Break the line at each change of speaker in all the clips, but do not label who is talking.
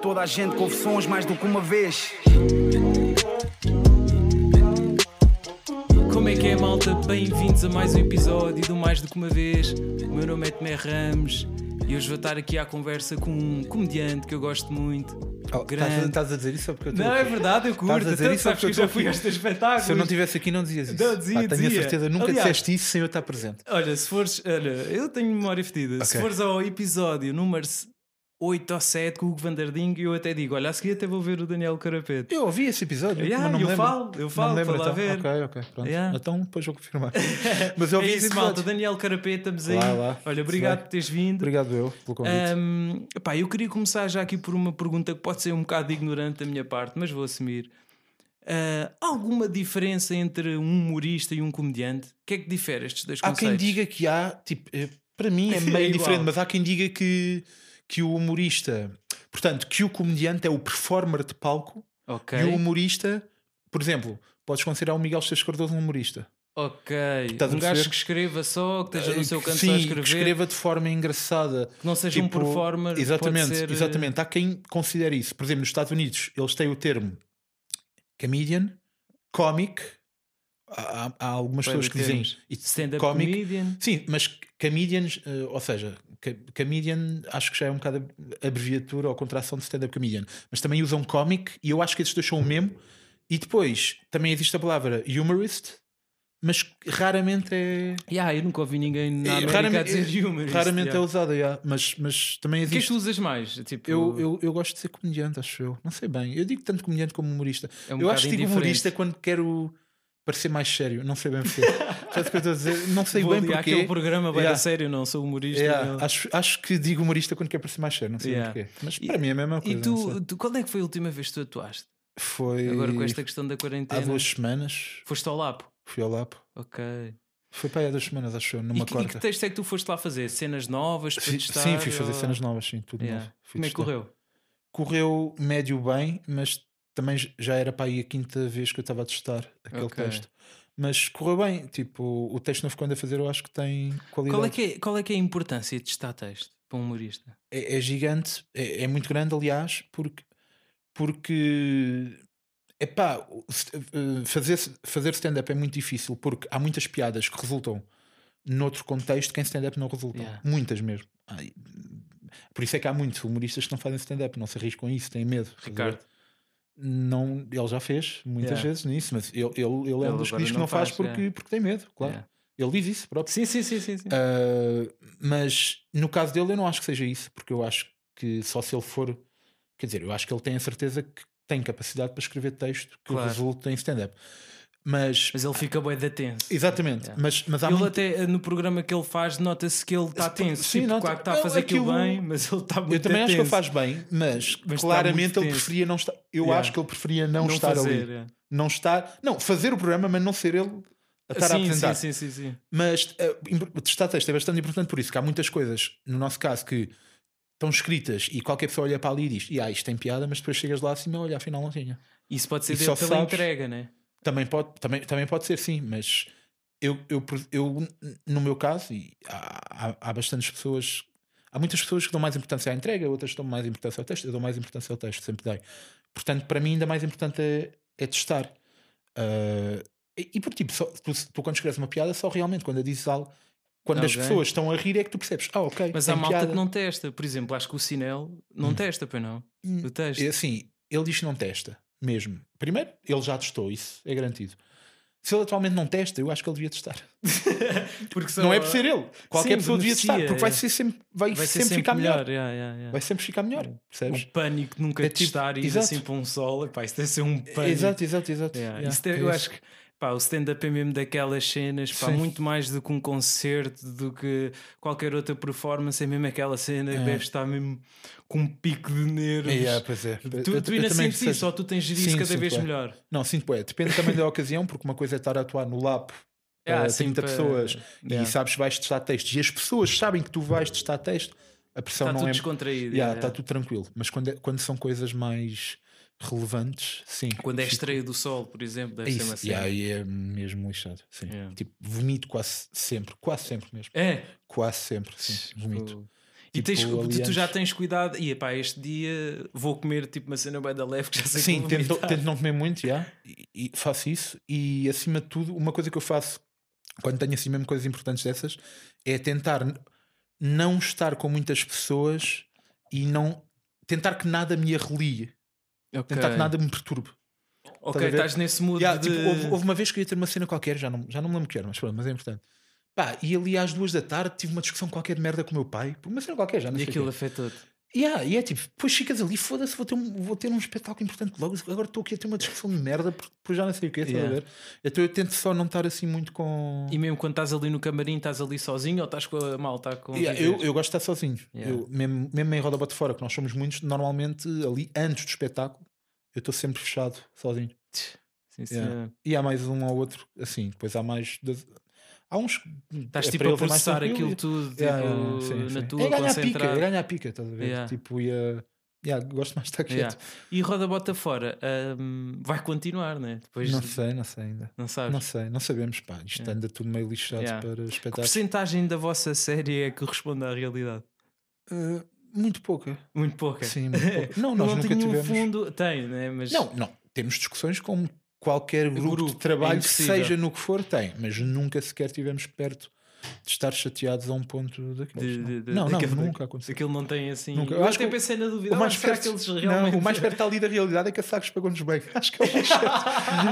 Toda a gente confessões mais do que uma vez.
Como é que é, malta? Bem-vindos a mais um episódio do Mais Do Que Uma Vez. O meu nome é Tomé Ramos e hoje vou estar aqui à conversa com um comediante que eu gosto muito.
Oh,
grande.
estás, a, estás a dizer isso só porque eu estou
Não, é
aqui?
verdade, eu curto.
Estás a dizer
Tanto
isso só
sabes que eu
porque
já
eu tô
fui a
aqui.
este espetáculo.
Se eu não estivesse aqui, não dizias isso.
Não, dizia,
Pá, tenho
dizia.
a certeza, nunca
Aliás-
disseste isso sem eu estar presente.
Olha, se fores. Olha, eu tenho memória fedida. Se
Ok.
fores ao episódio número 8 ou 7 com o Hugo Vandardinho, eu até digo: olha, a seguir até vou ver o Daniel Carapeto.
Eu ouvi esse episódio.
Yeah,
mas não
eu
me lembro.
falo, eu
Não me
falo,
lembro,
para lá
então.
ver.
Ok, ok, pronto.
Yeah.
Então depois vou confirmar. Mas eu
é
ouvi esse
isso, malta.
episódio.
Daniel Carapeto, estamos aí.
Vai lá.
Olha,
Se
obrigado
vai.
por teres vindo.
Obrigado eu pelo
É,
convite.
Ahm, pá, eu queria começar já aqui por uma pergunta que pode ser um bocado ignorante da minha parte, mas vou assumir. Ah, há alguma diferença entre um humorista e um comediante? O que é que difere estes dois
há
conceitos?
quem diga que há, tipo, eh, para mim é meio
igual.
diferente, mas há quem diga que, que o humorista, portanto, que o comediante é o performer de palco
Ok,
e o humorista, por exemplo, podes considerar o Miguel Esteves Cardoso um humorista.
ok.
Estás a
um gajo
perceber? Ah,
que escreva só, que esteja no seu canto
Sim,
só a
Eh, que
escrever, que,
escreva de forma engraçada.
não seja um
Tipo,
performer. pode
Exatamente,
ser, eh,
exatamente. Há quem considere isso. Por exemplo, nos Estados Unidos, eles têm o termo comedian, comic. Há, há- há algumas
Vai
pessoas que
haver
dizem
termos.
it's
Stand-up
comic.
comedian.
Sim, mas comedians, eh, ou seja, ca- comedian acho que já é um bocado a abreviatura ou contração de stand-up comedian. Mas também usam comic e eu acho que esses dois são o mesmo. E depois também existe a palavra humorist, mas raramente é.
Yeah, eu nunca ouvi ninguém na
é-
América a dizer humorista.
raramente é
yeah.
usada, yeah, mas, mas também
O que é que
existe.
tu usas mais? Tipo,
Eu, eu, eu gosto de ser comediante, acho eu. Não sei bem. Eu digo tanto comediante como humorista.
É um
eu
bocado
acho que digo
indiferente.
humorista quando quero parecer mais sério. Não sei bem porquê. Sabes o que eu estou a dizer? Não sei
vou
bem
ali àquele
porquê.
programa, vai
Yeah.
a sério, não sou humorista.
Yeah,
não.
acho, acho que digo humorista quando quero parecer mais sério. Não sei
Yeah.
bem porquê. Mas
E-
para mim é a mesma coisa.
E
não sei.
tu, tu- quando é que foi a última vez que tu atuaste?
Foi
Agora com esta questão da
há
quarentena.
duas semanas.
Foste ao Lapo.
Fui ao Lapo.
Ok.
Foi para aí há duas semanas, acho eu,
E
numa
que, e que
quarta.
texto é que tu foste lá fazer? Cenas novas? Para
Fi-
testar,
Sim, fui fazer
ou-
cenas novas, sim, tudo
Yeah.
novo. Fui
Como é que
testar.
correu?
correu médio bem, mas também j- já era para aí a quinta vez que eu estava a testar aquele
Ok.
texto. Mas correu bem, tipo, o texto não ficou ainda a fazer, eu acho que tem qualidade.
Qual é, que é, qual é que é a importância de testar texto para um humorista?
é, é gigante, é, é muito grande, aliás, porque porque é pá, eh, fazer, fazer stand-up é muito difícil porque há muitas piadas que resultam noutro contexto que em stand-up não resultam,
Yeah.
muitas mesmo. Ai, por isso é que há muitos humoristas que não fazem stand-up, não se arriscam a isso, têm medo. Estás a ver?
Ricardo.
não, ele já fez muitas
Yeah.
vezes nisso, mas ele, ele, ele é
Ele
um dos que
agora
diz que
não
não, faz,
faz,
porque, porque tem medo, claro.
Yeah.
Ele diz isso próprio.
Sim, sim, sim, sim. sim.
Uh, mas no caso dele, eu não acho que seja isso, porque eu acho que só se ele for, quer dizer, eu acho que ele tem a certeza que tem capacidade para escrever texto que
Claro.
resulta em stand-up. Mas,
Mas ele fica bué da tenso.
exatamente,
Yeah.
mas, mas há
Ele
muito-
até eh, no programa que ele faz, nota-se que ele está tenso.
Sim,
Sim, tipo,
nota-
claro que está a
Não,
fazer aquilo,
aquilo-
bem, mas ele está muito
Eu também acho que ele
tenso.
faz bem, mas,
Mas está muito
claramente ele
tenso.
preferia não estar. Eu
Yeah.
acho que ele preferia não,
não,
estar
fazer.
ali.
é.
Não estar. Não, fazer o programa, mas não ser ele a estar a
Sim,
apresentar.
sim, sim, sim, sim.
Mas eh, impor- testar texto é bastante importante por isso, que há muitas coisas, no nosso caso, que estão escritas e qualquer pessoa olha para ali e diz: "Ya, isto tem piada, mas depois chegas lá acima e olha, afinal não tinha.
Isso pode ser
E
dele
só
pela
sabes-
entrega, né?
Também pode, também, também pode ser, sim, mas eu, eu, pre- eu no meu caso, e há, há, há bastantes pessoas. Há muitas pessoas que dão mais importância à entrega, outras dão mais importância ao texto. Eu dou mais importância ao texto, sempre dei. Portanto, para mim, ainda mais importante é, é testar. Ah, e, e por tipo, só- tu, tu quando escreves uma piada, só realmente quando a dizes algo, quando as
Alguém.
pessoas estão a rir, é que tu percebes, ah, ok,
Mas
tem
há malta
piada.
que não testa. Por exemplo, acho que o Sinel não
Hum.
testa, pois não?
Hum,
O texto.
É assim, ele diz que não testa, mesmo. Primeiro, ele já testou, isso é garantido. Se ele atualmente não testa, eu acho que ele devia testar.
Porque só-
Não é por ser ele. Qualquer
Sim,
pessoa devia
beneficia,
testar, porque vai,
é.
ser sempre, vai,
vai ser
sempre, ficar melhor.
yeah, yeah, yeah.
Vai sempre ficar melhor, percebes?
O pânico de nunca
É tipo-
testar e ir
exato. É,
assim para um sol, epá, isso deve ser um pânico.
Exato, exato, exato.
Yeah,
Yeah,
isso deve-
é
eu
isso.
acho que pá, o stand-up é mesmo daquelas cenas, pá,
Sim.
muito mais do que um concerto, do que qualquer outra performance, é mesmo aquela cena que
É.
deve estar mesmo com um pico de nervos.
Yeah, pois é.
Tu, tu ainda sentes isso, ou tu tens gerido isso
Sim,
cada
sinto
vez
bem.
melhor?
Não, sinto, pô, é. Depende também da ocasião, porque uma coisa é estar a atuar no lap
Ah,
para
sim,
30
para-
É, pessoas
Yeah.
e sabes que vais testar textos e as pessoas sabem que tu vais testar texto, a pressão
Está
não
Tá tudo
é.
descontraído.
Yeah,
yeah.
Está tudo tranquilo. Mas quando, é- quando são coisas mais relevantes, sim.
Quando é
Fico-
estreia do sol, por exemplo,
É
deve ser uma
isso. Yeah,
cena.
e é mesmo lixado. Sim.
Yeah.
Tipo, vomito quase sempre. Quase sempre mesmo.
É,
Quase sempre. Sim, vomito.
Fogo. E tens,
Tipo, ali
tu, tu já
antes-
tens cuidado. E pá, este dia vou comer tipo uma cena bem da leve que já sei
Sim,
que vou
tento,
vomitar.
tento não comer muito, já. E, e faço isso. E acima de tudo, uma coisa que eu faço quando tenho assim mesmo coisas importantes dessas é tentar n- não estar com muitas pessoas e não tentar que nada me arrelie,
Ok,
tentar que nada me perturbe.
Ok,
estás a ver?
estás nesse mood
Yeah,
de.
tipo, houve, houve uma vez que eu ia ter uma cena qualquer, já não, já não me lembro o que era, mas pronto, mas é importante. Pá, e ali às duas da tarde tive uma discussão qualquer de merda com o meu pai, por uma cena qualquer, já não
E
sei. o quê.
aquilo afetou-te.
Yeah, e é tipo, depois ficas ali, foda-se, vou, ter um- vou ter um espetáculo importante logo, agora estou aqui a ter uma discussão de merda, por, por já não sei o que, estás
Yeah.
a ver? Então eu tento só não estar assim muito com.
E mesmo quando estás ali no camarim, estás ali sozinho ou estás com a malta com
Yeah, eu, eu gosto de estar sozinho.
Yeah.
Eu, mesmo, mesmo em Roda Bota Fora, que nós somos muitos, normalmente ali antes do espetáculo, eu estou sempre fechado, sozinho.
Sim,
Yeah.
senhora.
E há mais um ou outro, assim, depois há mais. das- Há uns. que-
Estás
é
tipo
para
a
eles é mais
processar
tranquilo
aquilo
e-
tudo tipo,
Yeah, yeah, sim,
na
sim.
tua,
é ganhar pica,
concentrado.
é ganhar pica, estás a ver?
Yeah.
Tipo, e a- yeah, gosto mais de estar quieto.
Yeah. E roda bota fora, hum, vai continuar, né? Depois
Não
de-
sei, não sei ainda.
não sabes.
Não sei, não sabemos, pá. Isto
É.
anda tudo meio lixado
Yeah.
para
que
espetáculos.
porcentagem da vossa série é que responde à realidade?
Eh, muito pouca.
Muito pouca.
Sim, muito pouca. Não, nós
não
nunca
tem nenhum
tivemos.
fundo. Tem, né? Mas
Não, não. Temos discussões com qualquer grupo,
grupo,
de trabalho,
é
que
impossível.
seja no que for, tem. Mas nunca sequer tivemos perto de estar chateados a um ponto daqueles.
De-
não.
de- de-
não, não,
daquele-
nunca aconteceu.
aquilo não tem assim.
Nunca.
Eu
Eu
acho
acho
até
que o-
pensei na dúvida.
O
ah,
mais,
será
perto,
que eles
não,
realmente.
o mais perto está ali da realidade é que a Sagres pagou-nos bem. Acho que é o mais certo.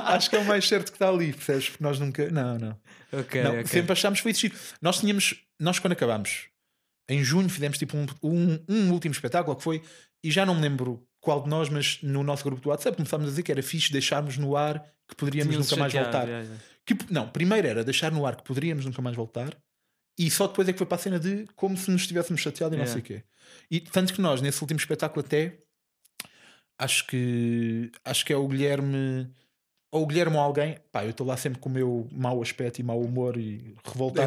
Acho que é o mais certo que está ali, percebes? Porque nós nunca. Não, não.
Ok,
Não,
ok.
Sempre achámos que foi existir. Nós tínhamos, nós quando acabámos, em junho fizemos tipo um, um, um último espetáculo que foi, e já não me lembro qual de nós, mas no nosso grupo do WhatsApp começámos a dizer que era fixe deixarmos no ar que poderíamos
Tinham-se
nunca mais
chateado, é,
voltar.
yeah, yeah.
Que, não, primeiro era deixar no ar que poderíamos nunca mais voltar, e só depois é que foi para a cena de como se nos tivéssemos chateado e não
Yeah.
sei o quê. E tanto que nós, nesse último espetáculo, até acho que acho que é o Guilherme. Ou o Guilherme ou alguém, pá, eu estou lá sempre com o meu mau aspecto e mau humor e revoltado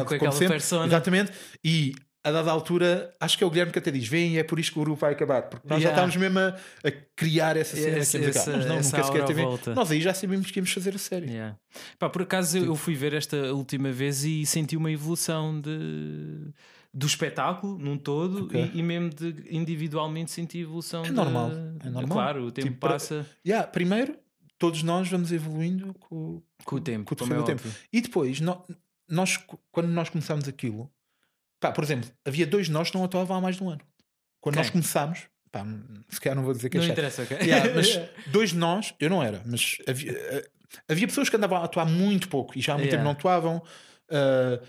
É, com
como
aquela
sempre.
persona.
Exatamente. E a dada altura, acho que é o Guilherme que até diz: vem, é por isto que o grupo vai acabar. Porque nós
Yeah.
já estávamos mesmo a, a criar essa cena.
Esse-
que temos
essa-
cá. Mas não,
essa
nunca sequer
aura
teve.
volta.
Nós aí já sabíamos que íamos fazer a série.
Yeah. Pá, por acaso eu, eu fui ver esta última vez e senti uma evolução de, do espetáculo num todo
Ok.
e, e mesmo de- individualmente senti evolução. de-
normal, é normal.
Claro, o tempo
Tipo, para-
passa
Yeah, primeiro, todos nós vamos evoluindo com,
com o tempo.
com o
como é
decorrer do tempo.
óbvio.
E depois, no- nós, quando nós começámos aquilo, pá, por exemplo, havia dois de nós que não atuavam há mais de um ano. Quando
Quem?
nós começámos, pá, se calhar não vou dizer que é
Não
chato.
interessa, ok?
Yeah, mas então dois de nós, eu não era, mas havia, eh, havia pessoas que andavam a atuar muito pouco e já há muito
Yeah.
tempo não atuavam. Ah,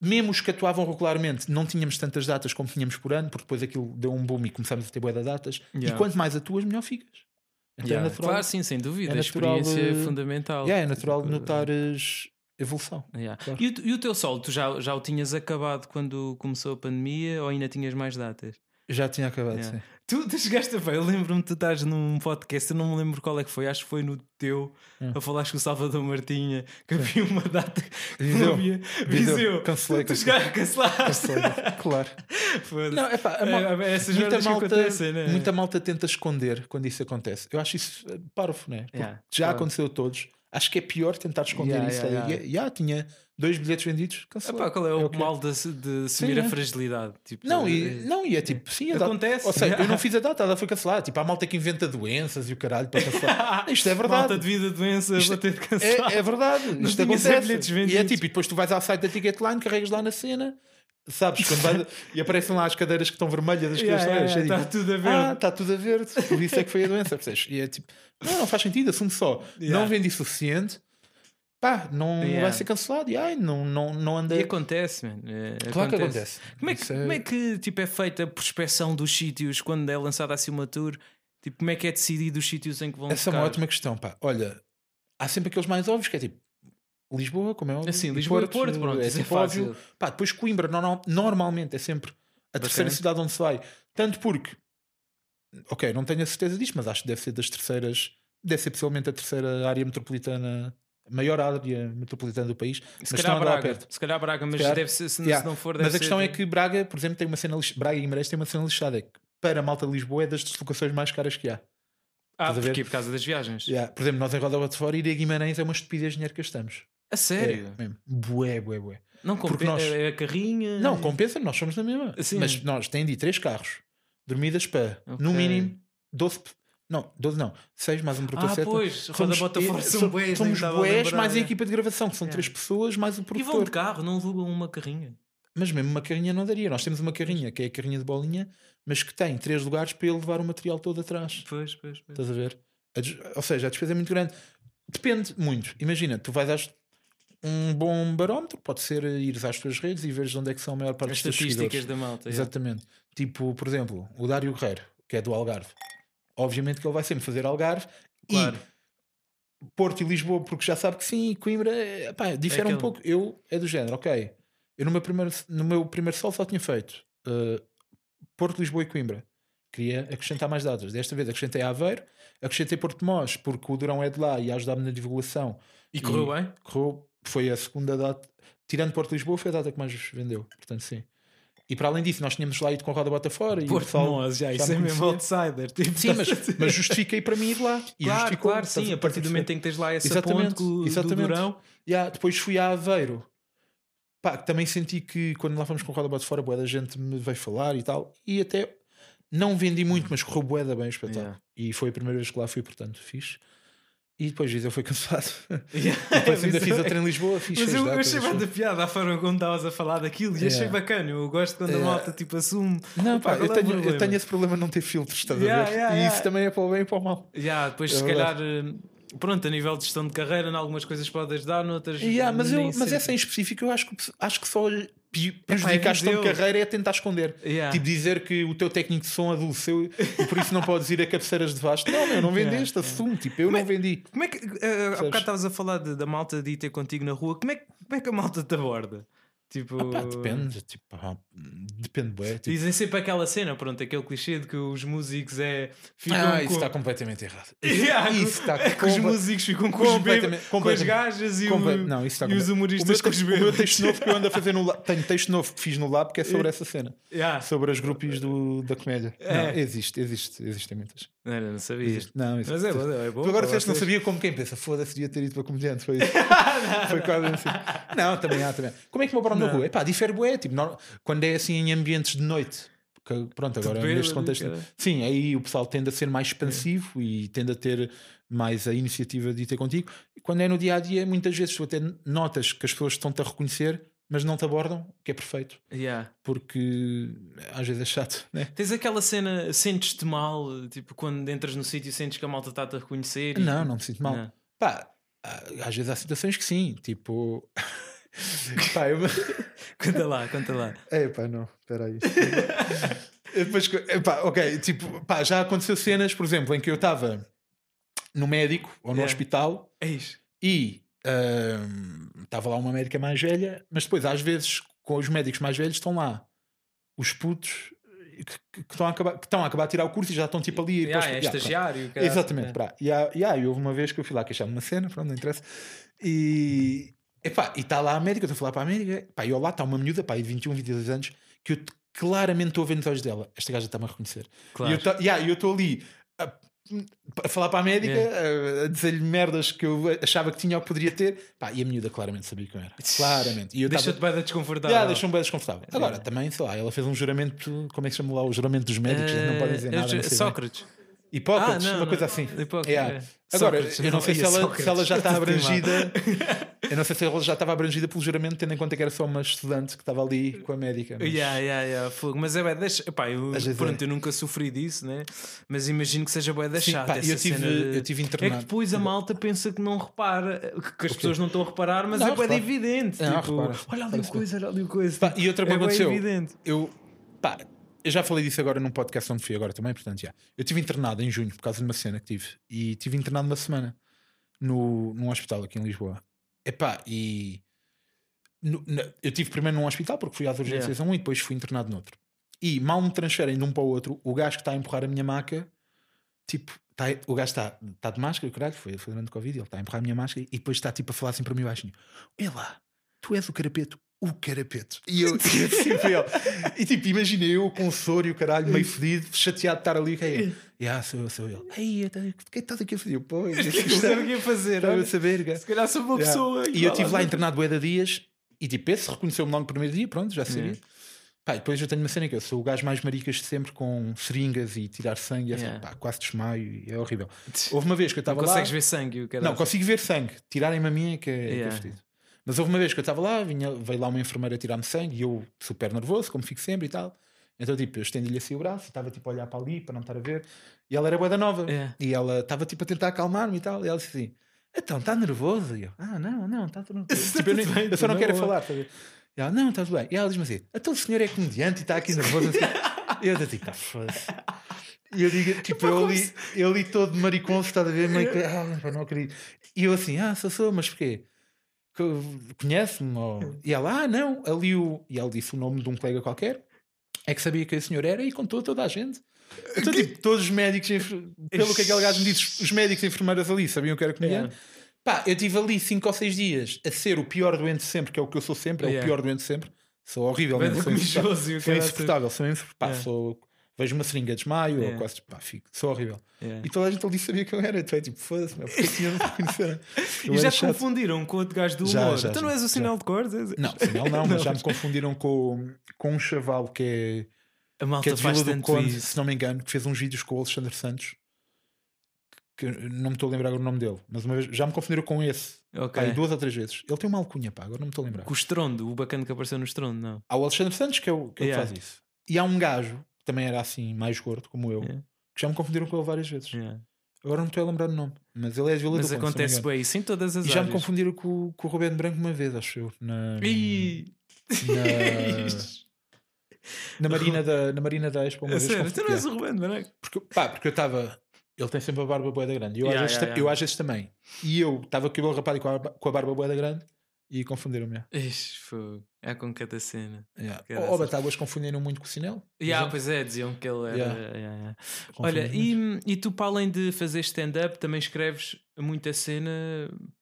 mesmo os que atuavam regularmente, não tínhamos tantas datas como tínhamos por ano, porque depois aquilo deu um boom e começámos a ter boa de datas.
Yeah.
E quanto mais atuas, melhor ficas. Então
Yeah.
é natural,
Claro, sim, sem dúvida.
é
a
natural,
experiência é
eh,
fundamental.
yeah, é natural
Tipo,
notares evolução.
yeah.
claro.
E, o, e o teu solo, tu já, já o tinhas acabado quando começou a pandemia ou ainda tinhas mais datas?
Já tinha acabado,
Yeah.
sim.
Tu, tu chegaste a ver, eu lembro-me que tu estás num podcast, eu não me lembro qual é que foi, acho que foi no teu,
Hum.
a falares com o Salvador Martinha, que havia uma data que não
Viseu.
havia.
Viseu. Cancelei,
Tu- Tu
cancelei.
chegaste a cancelar.
claro. Não, é pá, a mal-
essas
muita,
merdas que
malta,
acontecem, né?
muita malta tenta esconder quando isso acontece. Eu acho isso eh, parvo, né? Porque
Yeah,
já
claro.
aconteceu a todos. Acho que é pior tentar esconder
Yeah,
isso.
yeah,
aí.
yeah.
E- yeah, tinha dois bilhetes vendidos,
Ah,
cancelou.
pá, qual é o
que-
mal de, se- de assumir
Sim,
a
é.
fragilidade? Tipo,
Não,
eh,
e, não, e é tipo, sim, a data-
Acontece.
Ou seja, eu não fiz a data, ela foi cancelada. Tipo, há malta que inventa doenças e o caralho para cancelar. Isto é
Ah, Malta
verdade.
devido a doença,
Isto-
vou ter de cancelar.
É, é verdade. Isto
tinha sete bilhetes
acontece. E é
vendidos.
tipo, e depois tu vais ao site da Ticketline, carregas lá na cena, sabes? quando vais- e aparecem lá as cadeiras que estão vermelhas, as
Yeah,
cadeiras
yeah,
estão
yeah,
cheias.
está é- tudo a
é- Ah,
ver.
está tudo a verde. Por isso é que foi a doença, percebes? E é tipo, não, não faz sentido, assume só.
Yeah.
Não vendi suficiente, pá, não
Yeah.
vai ser cancelado. E ai, não, não, não anda.
E acontece, man. É,
Claro que acontece.
Como é que,
Isso é-
como é que, tipo, é feita a prospeção dos sítios quando é lançada assim uma tour? Tipo, como é que é decidido os sítios em que vão
Essa é
tocar?
uma ótima questão, pá. Olha, há sempre aqueles mais óbvios que é tipo. Lisboa, como é óbvio.
Assim,
e
Lisboa e Porto, pronto,
é
isso é
tipo óbvio.
fácil.
Pá, depois Coimbra, normal- normalmente é sempre a terceira
Bacana.
cidade onde se vai. Tanto porque, ok, não tenho a certeza disto, mas acho que deve ser das terceiras, deve ser possivelmente a terceira área metropolitana, a maior área metropolitana do país.
Se
mas
calhar
estão a andar
Braga,
perto.
se calhar Braga, mas
calhar-
deve ser, se,
Yeah.
se não for, deve
mas a questão
ser, tipo
é que Braga, por exemplo, tem uma cena lix- Braga e Guimarães tem uma cena lixada. é que Para a malta de Lisboa é das deslocações mais caras que há.
Ah,
estás a ver?
porquê? Por causa das viagens.
Yeah, Por exemplo, nós em Roda de Fora ir a Guimarães é uma estupidez de dinheiro que gastamos.
A sério?
É, mesmo. Bué, bué, bué.
Não
Porque
compensa.
nós-
É a carrinha.
Não, compensa, nós somos na mesma.
Sim.
Mas nós têm de ir três carros, dormidas para,
Ok.
no mínimo, 12. pe- Não, 12 não, 6 mais um produtor
Ah, pois, Roda Bota Forte são bués, nem
Somos
estava a
bués
lembrar,
mais a
é.
equipa de gravação, que são
Yeah.
três pessoas mais
E
o
vão de
produtor.
carro, não alugam uma carrinha.
Mas mesmo uma carrinha não daria. Nós temos uma carrinha que é a carrinha de bolinha, mas que tem três lugares para ele levar o material todo atrás.
Pois, pois, pois.
Estás a ver? A des- Ou seja, a despesa é muito grande. Depende muito. Imagina, tu vais às. Um bom barómetro pode ser eh, ires às tuas redes e veres onde é que são a maior parte
As
dos teus seguidores.
estatísticas da malta. é.
Exatamente. Tipo, por exemplo, o Dário Guerreiro, que é do Algarve. Obviamente que ele vai sempre fazer Algarve
Claro.
e Porto e Lisboa, porque já sabe que sim, e Coimbra, eh, pá, difere um
aquele-
pouco. Eu é do género, ok. Eu no meu primeiro, no meu primeiro sol só tinha feito eh, Porto, Lisboa e Coimbra. Queria acrescentar mais datas. Desta vez acrescentei Aveiro, acrescentei Porto de Mós, porque o Durão é de lá e ajudava-me na divulgação.
E correu bem?
Correu, foi a segunda data, tirando Porto de Lisboa, foi a data que mais vendeu, portanto, sim. E para além disso, nós tínhamos lá ido com a roda bota fora e o pessoal-
nós, já, isso
me
é mesmo
conhecia.
outsider. tipo,
Sim, mas, mas justifiquei para mim ir lá. E
Claro,
justificou,
claro,
estás
sim. A
estás
partir do
perceber?
momento em que tens lá essa
Exatamente,
ponte com- do
exatamente.
Durão,
Yeah, depois fui a Aveiro. Pá, que também senti que quando lá fomos com o roda bota fora, boa da gente me veio falar e tal. E até não vendi muito, mas correu bué da bem o espetáculo.
Yeah.
E foi a primeira vez que lá fui, portanto, fiz. E depois Gisele foi cancelado.
Mas
depois ainda assim
eu-
fiz outra em Lisboa, fiz
é Mas
seis
eu, eu
datas,
achei
assim.
bem da piada a forma como estavas a falar daquilo e
Yeah.
achei bacana. Eu gosto quando
Yeah.
a malta tipo assume.
Não,
Opa,
pá, eu,
qual é o
tenho, eu
problema?
tenho esse problema de não ter filtros, estás a
Yeah,
ver?
yeah,
e
yeah.
isso também é para o bem e para o mal.
Yeah, depois,
É
se
verdade.
calhar, eh, pronto, a nível de gestão de carreira, em algumas coisas pode ajudar, noutras.
Yeah, mas eu,
nem
mas
sempre.
essa em específico, eu acho que, acho que só pi- prejudicar a gestão de
Viseu.
carreira é tentar esconder.
Yeah.
Tipo dizer que o teu técnico de som adoleceu e por isso não podes ir a cabeceiras de vasto. Não, meu, não vendeste, assumo. Tipo, eu não vendi.
Como é que. eh, há bocado estavas a falar de- da malta de ir ter contigo na rua. Como é, que- como é que a malta te aborda? Tipo.
Ah, pá, depende, tipo, ah, depende, bué, tipo.
Dizem sempre aquela cena, pronto, aquele clichê de que os músicos é. Ficam
Ah,
com...
isso está completamente errado.
Yeah,
Isso está
é que os
compa-
músicos ficam com, os
completamente-
bêbados, com as
completamente-
gajas e, o-
Comple- Não, isso está
e os
completamente- o
humoristas
meu
com os
texto- O meu
bêbados.
texto novo que eu ando a fazer no lab. Tenho texto novo que fiz no lab que é sobre essa cena.
Yeah.
Sobre as grupos do, da comédia.
É.
Não, existe, existe, existem muitas.
Não, não, não sabia.
Existe. Não, existe.
Mas é, bom, é bom.
Tu
para
agora disseste que não
vocês.
sabia como quem pensa, foda-se, devia ter ido para comediante. Foi isso. Foi quase assim. Não, também há, também. há. Como é que me abro na rua? Epá, difere bué, tipo, nor- quando é assim em ambientes de noite. Porque, pronto, agora
bêbado,
neste contexto.
cara.
Sim, aí o pessoal tende a ser mais expansivo e tende a ter mais a iniciativa de ir ter contigo. E quando é no dia a dia, muitas vezes tu até notas que as pessoas estão-te a reconhecer, mas não te abordam, que é perfeito.
Yeah.
Porque às vezes é chato, né?
Tens aquela cena, sentes-te mal, tipo, quando entras no sítio sentes que a malta está-te a reconhecer. e-
Não, não me sinto mal.
Não.
Pá, há- às vezes há situações que sim, tipo. pá, eu.
Conta lá, conta lá.
É, pá, não, espera aí. Eu Depois, que- epá, ok, tipo, pá, já aconteceu cenas, por exemplo, em que eu estava no médico ou no
Yeah.
hospital
Eis.
e ahm, estava lá uma médica mais velha, mas depois, às vezes, com os médicos mais velhos, estão lá os putos que- que que estão a acabar, que estão a acabar de tirar o curso e já estão tipo ali. a ir para o
Yeah, é
hospital. Yeah, pronto.
estagiário. caralho. É.
Exatamente, pá. E, há, e, há, e houve uma vez que eu fui lá queixar-me de uma cena, pronto, não interessa. E epá, e está lá a médica, eu estou a falar para a médica, pá, e um, lá está uma miúda, pá, aí de 21, 22 anos, que eu te- claramente estou a ver nos olhos dela. Esta gaja está-me a reconhecer.
Claro.
E eu tá- e há, e eu estou ali a, a falar para a médica,
É.
a, a dizer-lhe merdas que eu achava que tinha ou que poderia ter, pá, e a miúda claramente sabia quem eu era. Claramente. E eu estava-
Deixa-te bem da desconfortável.
Yeah, deixou-me bem desconfortável.
É,
Agora, também, sei lá, ela fez um juramento, como é que se chama lá o juramento dos médicos? não podem dizer
Eh,
nada. não sei bem.
Sócrates.
Hipócrates,
Ah, não,
uma
não.
coisa assim.
Hipócrates,
Yeah.
é.
Agora,
Sócrates,
eu não sei se
não,
ela,
Sócrates.
se ela já está
Estou tramado.
abrangida. eu não sei se ela já estava abrangida pelo juramento, tendo em conta que era só uma estudante que estava ali com a médica. mas-
Yeah, yeah, yeah, fogo. Mas é bem, deixa. Pá, eu,
Às vezes
pronto,
é.
eu nunca sofri disso, né? Mas imagino que seja bem da
Sim,
chata.
pá,
essa
eu tive-
cena de-
eu tive
É
internado.
que depois a malta pensa que não repara, que, que as pessoas não estão a reparar, mas
Não,
é bem
repara.
evidente.
Não,
tipo,
repara.
olha ali uma
Parece
coisa, olha ali uma coisa.
Pá, e outra
é
coisa
bué
aconteceu.
evidente.
Eu, pá, eu já falei disso agora num podcast onde fui agora também, portanto, já. Eu tive internado em junho por causa de uma cena que tive. E tive internado uma semana no, num hospital aqui em Lisboa. Epá, e. no- na- eu tive primeiro num hospital porque fui às urgências a um e depois fui internado noutro. E mal me transferem de um para o outro, o gajo que está a empurrar a minha maca, tipo, tá- o gajo está tá de máscara, caralho, foi, foi durante o Covid, ele está a empurrar a minha máscara e depois está tipo a falar assim para mim baixinho: Olha lá, É tu és o carapeto o carapeto. E eu, tipo, eu- e tipo, imagina eu com o soro e o caralho meio fedido, chateado de estar ali. Que é, yeah, sou eu, sou eu. Aí, eu tenho- é quem estás aqui a fedir? Pois,
Não sei o que ia fazer.
estava a
olha.
saber, gá.
Se calhar sou uma
é Yeah.
pessoa.
E eu
igual
estive
a
lá
mim.
internado bué de dias e tipo, esse reconheceu-me logo no primeiro dia, pronto, já sabia. Pá, e depois eu tenho uma cena que eu sou o gajo mais maricas de sempre com seringas e tirar sangue, e assim,
Yeah.
pá, quase desmaio, e é horrível. Houve uma vez que eu
Não
estava lá.
consegues ver sangue. o cara-
Não, consigo ver sangue. Tirarem-me a minha é que é, que é
Yeah.
fedido. Mas houve uma vez que eu estava lá, vinha, veio lá uma enfermeira tirar-me sangue e eu super nervoso, como fico sempre e tal. Então, tipo, eu estendi-lhe assim o braço, estava tipo a olhar para ali para não estar a ver. E ela era boa da nova.
Yeah.
E ela estava tipo a tentar acalmar-me e tal. E ela disse assim: Então, está nervoso? E eu: Ah, não, não, está tudo tipo, eu, nem- eu só não quero falar. estás a ver? E ela: Não, está tudo bem. E ela diz-me assim: Então o senhor é comediante e está aqui nervoso. Assim. E eu digo: Tá foda-se. E eu digo, tipo, eu li, eu li todo mariconso, estás a ver? Meio que, ah, pá, não acredito. E eu assim, ah, sou, sou, mas porquê? Co- Conhece-me? Ou... E ela, ah, não, ali o. E ela disse o nome de um colega qualquer, é que sabia quem o senhor era e contou a toda a gente. Então, tipo, todos os médicos, e enfer- pelo que aquele gajo me disse, os médicos e enfermeiras ali sabiam que era comediante. Pá, eu tive ali 5 ou 6 dias a ser o pior doente sempre, que é o que eu sou sempre, é
Yeah.
o pior doente sempre. Sou horrível,
Bem
mesmo, sou insuportável.
mijoso e o
Sou
cara-
insuportável, sou insuportável. Pá,
Yeah.
sou- Vejo uma seringa de desmaio,
Yeah.
ou quase pá, fico, sou horrível.
Yeah.
E toda a gente ali sabia que eu era, então é tipo, foda-se, meu, porque é que não me reconheceram?
E
Eu era
já te
chato.
confundiram com outro gajo do
Já,
humor.
já,
então não
já,
és o
já.
sinal de cores? és-
Não, afinal não, mas já me confundiram com, com um chaval que é,
A
que é
malta
de
faz
Vila do
tanto
Conde,
isso.
se não me engano, que fez uns vídeos com o Alexandre Santos, que eu não me estou a lembrar agora o nome dele, mas uma vez já me confundiram com esse,
Ok.
pá, e duas ou três vezes. Ele tem uma alcunha, pá, agora não me estou a lembrar.
Com o estrondo, o bacana que apareceu no estrondo, não.
Há o Alexandre Santos que é o que, é o que
Yeah.
faz isso. E há um gajo, que também era assim, mais gordo, como eu,
Yeah.
que já me confundiram com ele várias vezes.
Yeah.
Agora não me estou a lembrar do nome, mas ele é de Vila do
Mas
Conde, se não me
acontece
engano.
bem isso em todas as
E
áreas.
já me confundiram com, com o Rubén Branco uma vez, acho eu. Na,
Ih,
na, na Marina da, na Marina da Expo. Uma
a
vez
sério,
confundi-
tu não é? és o Rubén Branco.
porque, pá, porque eu estava. Ele tem sempre a barba boeda grande. Eu,
Yeah,
às vezes,
yeah,
ta-
yeah.
eu às vezes também. E eu estava com o cabelo rapado e com a, barba- com a barba boeda grande e confundiram-me.
Ixi, fogo. É com cada cena.
Yeah.
Que
Ou
graças.
Batáguas confundiram muito com o Sinel.
Yeah,
Mas
pois é, diziam que ele era.
Yeah.
yeah, yeah.
eu-
Olha,
confundi muito.
e, e tu, para além de fazer stand-up, também escreves muita cena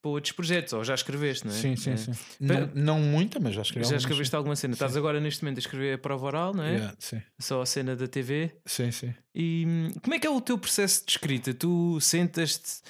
para outros projetos, ou já escreveste, não é?
Sim, sim,
É.
sim. Não, não muita, mas já escrevi.
Já
algumas,
escreveste alguma cena? Estás agora neste momento a escrever a prova oral, não
sim.
é?
Yeah, sim,
Só a cena da TV.
sim, sim.
E hum, como é que é o teu processo de escrita? Tu sentas-te,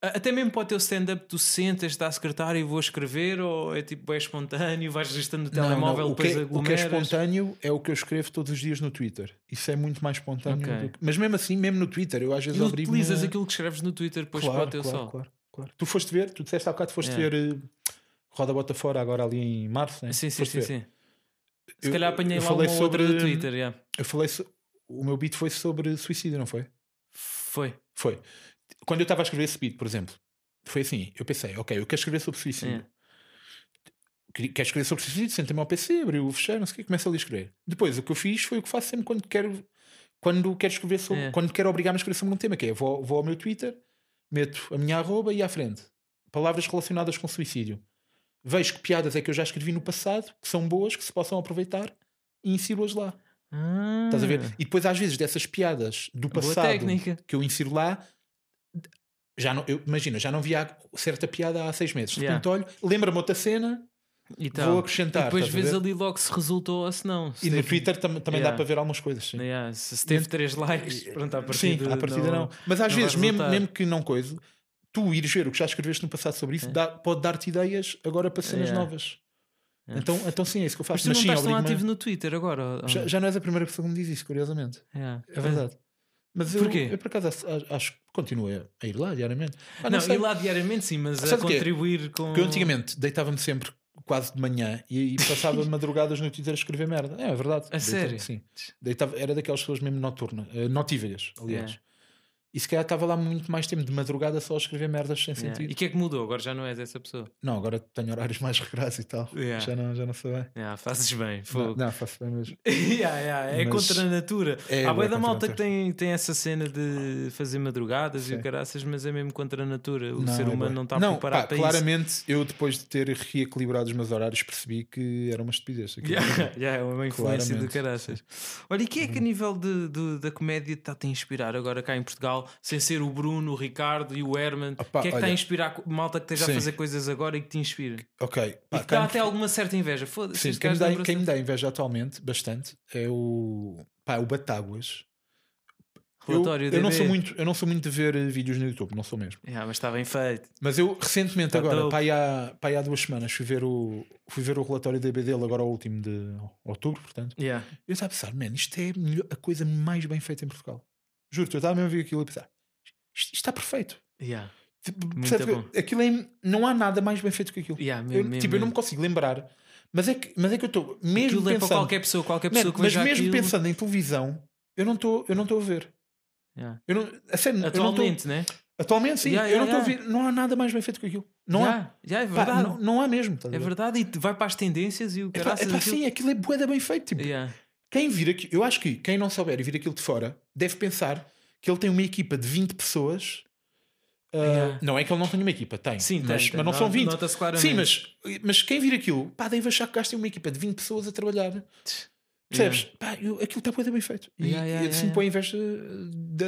a- até mesmo para o teu stand-up, tu sentas-te à secretária e vou escrever, ou é tipo, é espontâneo, vais registando no
Não,
telemóvel,
não, O, que
depois
é, o que é
aglomeras?
espontâneo é o que eu escrevo todos os dias no Twitter. Isso é muito mais espontâneo.
Ok.
do que- Mas mesmo assim, mesmo no Twitter, eu às
E
vezes obrigo.
utilizas aquilo que escreves no Twitter depois
é- claro,
para o teu
claro,
sol.
Claro, claro. Tu foste ver, tu disseste há bocado, foste
Yeah.
ver eh, Roda Bota Fora agora ali em março. né?
Sim, sim,
Foste
sim,
ver.
sim. Se
Eu-
calhar apanhei
eu
lá uma
falei
ou outra do
sobre-
Twitter, yeah.
Eu falei, so- o meu beat foi sobre suicídio, não foi?
Foi.
Foi. Quando eu estava a escrever esse beat, por exemplo, foi assim: eu pensei, ok, eu quero escrever sobre suicídio.
Yeah.
Queria- Quero escrever sobre suicídio, sentei-me ao PC, abri o fecheiro, não sei o que, começo ali a escrever. Depois, o que eu fiz foi o que faço sempre quando quero, quando quero escrever sobre,
Yeah.
quando quero obrigar-me a escrever sobre um tema, que é vou, vou ao meu Twitter, meto a minha arroba e à frente. Palavras relacionadas com suicídio. Vejo que piadas é que eu já escrevi no passado, que são boas, que se possam aproveitar, e insiro-as lá. Estás a ver? E depois, às vezes, dessas piadas do
Hum. Ah, Boa
passado
técnica.
que eu insiro lá, já não, eu, imagina, já não via certa piada há seis meses. De
Yeah.
repente olho, lembra-me outra cena
E
vou
tal.
acrescentar.
Então, E depois
estás a
vês
ver?
ali logo se resultou ou se não. Se
E no
teve-
Twitter tam- também
Yeah.
dá para ver algumas coisas. Sim,
Yeah, se se teve 3 likes, pronto, à partida,
sim à partida não. Mas às
não
vezes,
vai
mesmo,
resultar.
mesmo que não coisa, tu ires ver o que já escreveste no passado sobre isso, dá- pode dar-te ideias agora para cenas
É. Yeah.
novas. Então, então sim, é isso que eu
Mas
faço.
tu não
sim,
estás tão
obrigo-me a-
ativo no Twitter agora? ou- ou
já, já não és a primeira pessoa que me diz isso, curiosamente.
não? Yeah. Ah,
É verdade. Mas eu,
Porquê?
eu por acaso acho- acho que continuo a a ir lá diariamente. Ah,
não,
sei.
e lá diariamente sim, mas a
Sabe porquê?
contribuir com.
Porque eu antigamente deitava-me sempre quase de manhã e, e passava madrugadas no Twitter a escrever merda. É, é verdade.
A sério?
Sim. Deitava, era daquelas pessoas mesmo noturnas, eh, notíveis, aliás.
Yeah.
E se calhar estava lá muito mais tempo de madrugada só a escrever merdas sem
Yeah. E
sentido.
o que é que mudou? Agora já não és essa pessoa.
Não, agora tenho horários mais regrados e tal.
Yeah.
Já, não, já não sei bem.
Yeah, fazes bem.
Não,
fogo.
não, faço bem mesmo.
Yeah, yeah, é
Mas-
contra a natura.
É,
Há boia
bué contra
da
a
malta que
natura.
tem, tem essa cena de fazer madrugadas e
Sim.
o caraças, mas é mesmo contra a natura. O
Não,
ser
é
humano
bué.
não está
não,
preparado
pá,
para
claramente eu depois de ter reequilibrado os meus horários percebi que era uma estupidez.
isso. Yeah,
aquilo.
yeah, é uma influência do
Claramente,
caraças. Olha, e quem é que a nível de, de- da comédia está-te a tá, inspirar agora cá em Portugal? geral, sem ser o Bruno, o Ricardo e o Herman? O que
Opa,
é que está a
olha.
inspirar co- malta que esteja
Sim.
a fazer coisas agora e que te inspira?
Ok.
e
Pá,
que dá
quem-
até alguma certa inveja. Foda-se,
Sim,
este
quem me,
gajo
dá,
lembra-se
quem me
de-
dá inveja atualmente, bastante, é o, pá, é o Batáguas. Eu,
relatório
eu não
DD.
sou muito, eu não sou muito de ver eh, vídeos no YouTube, não sou mesmo.
Yeah, mas está bem feito.
Mas eu recentemente,
Tá
agora,
dope.
pá, aí há, pá, aí há duas semanas, fui ver o, fui ver o relatório da EB dele, agora o último de outubro, portanto.
Yeah.
Eu estava a pensar, man, isto é a melhor- a coisa mais bem feita em Portugal. Juro-te, eu estava mesmo a ver aquilo e a pensar, isto, isto está perfeito.
Yeah.
Tipo,
Muito
percebe?
bom.
Aquilo é- não há nada mais bem feito que aquilo.
Yeah,
Eu,
mesmo,
tipo, eu
mesmo,
não me consigo lembrar, mas é que, mas é que eu estou mesmo
Aquilo é para
pensando,
qualquer pessoa, qualquer
Man,
pessoa que
mas
veja
mesmo
aquilo.
pensando em televisão, eu não estou, eu não estou a ver.
Yeah.
Eu não, a sério, eu não tô-
Atualmente, né?
atualmente sim,
Yeah,
eu não
yeah,
estou a ver, não há nada mais bem feito que aquilo. Não há,
Já, já é
Pá,
verdade.
não, não há mesmo. tá estás a
É
ver?
verdade, e te- vai para as tendências e o
É pá,
caraças
é pá,
aquilo-
sim, aquilo é boeda bem feito. Tipo,
Yeah.
Quem vir aqui, eu acho que quem não souber e vir aquilo de fora deve pensar que ele tem uma equipa de 20 pessoas. Ah,
Yeah.
Não é que ele não tenha uma equipa, tem,
Sim, tem,
mas,
tem.
mas não são
Nota-
20.
nota-se claramente.
Sim, mas, mas quem vir aquilo, pá, deve achar que gastem uma equipa de 20 pessoas a trabalhar. Percebes? Pá, eu- aquilo está bué bem feito. E,
Yeah, yeah,
e assim
yeah,
me põe em vez da,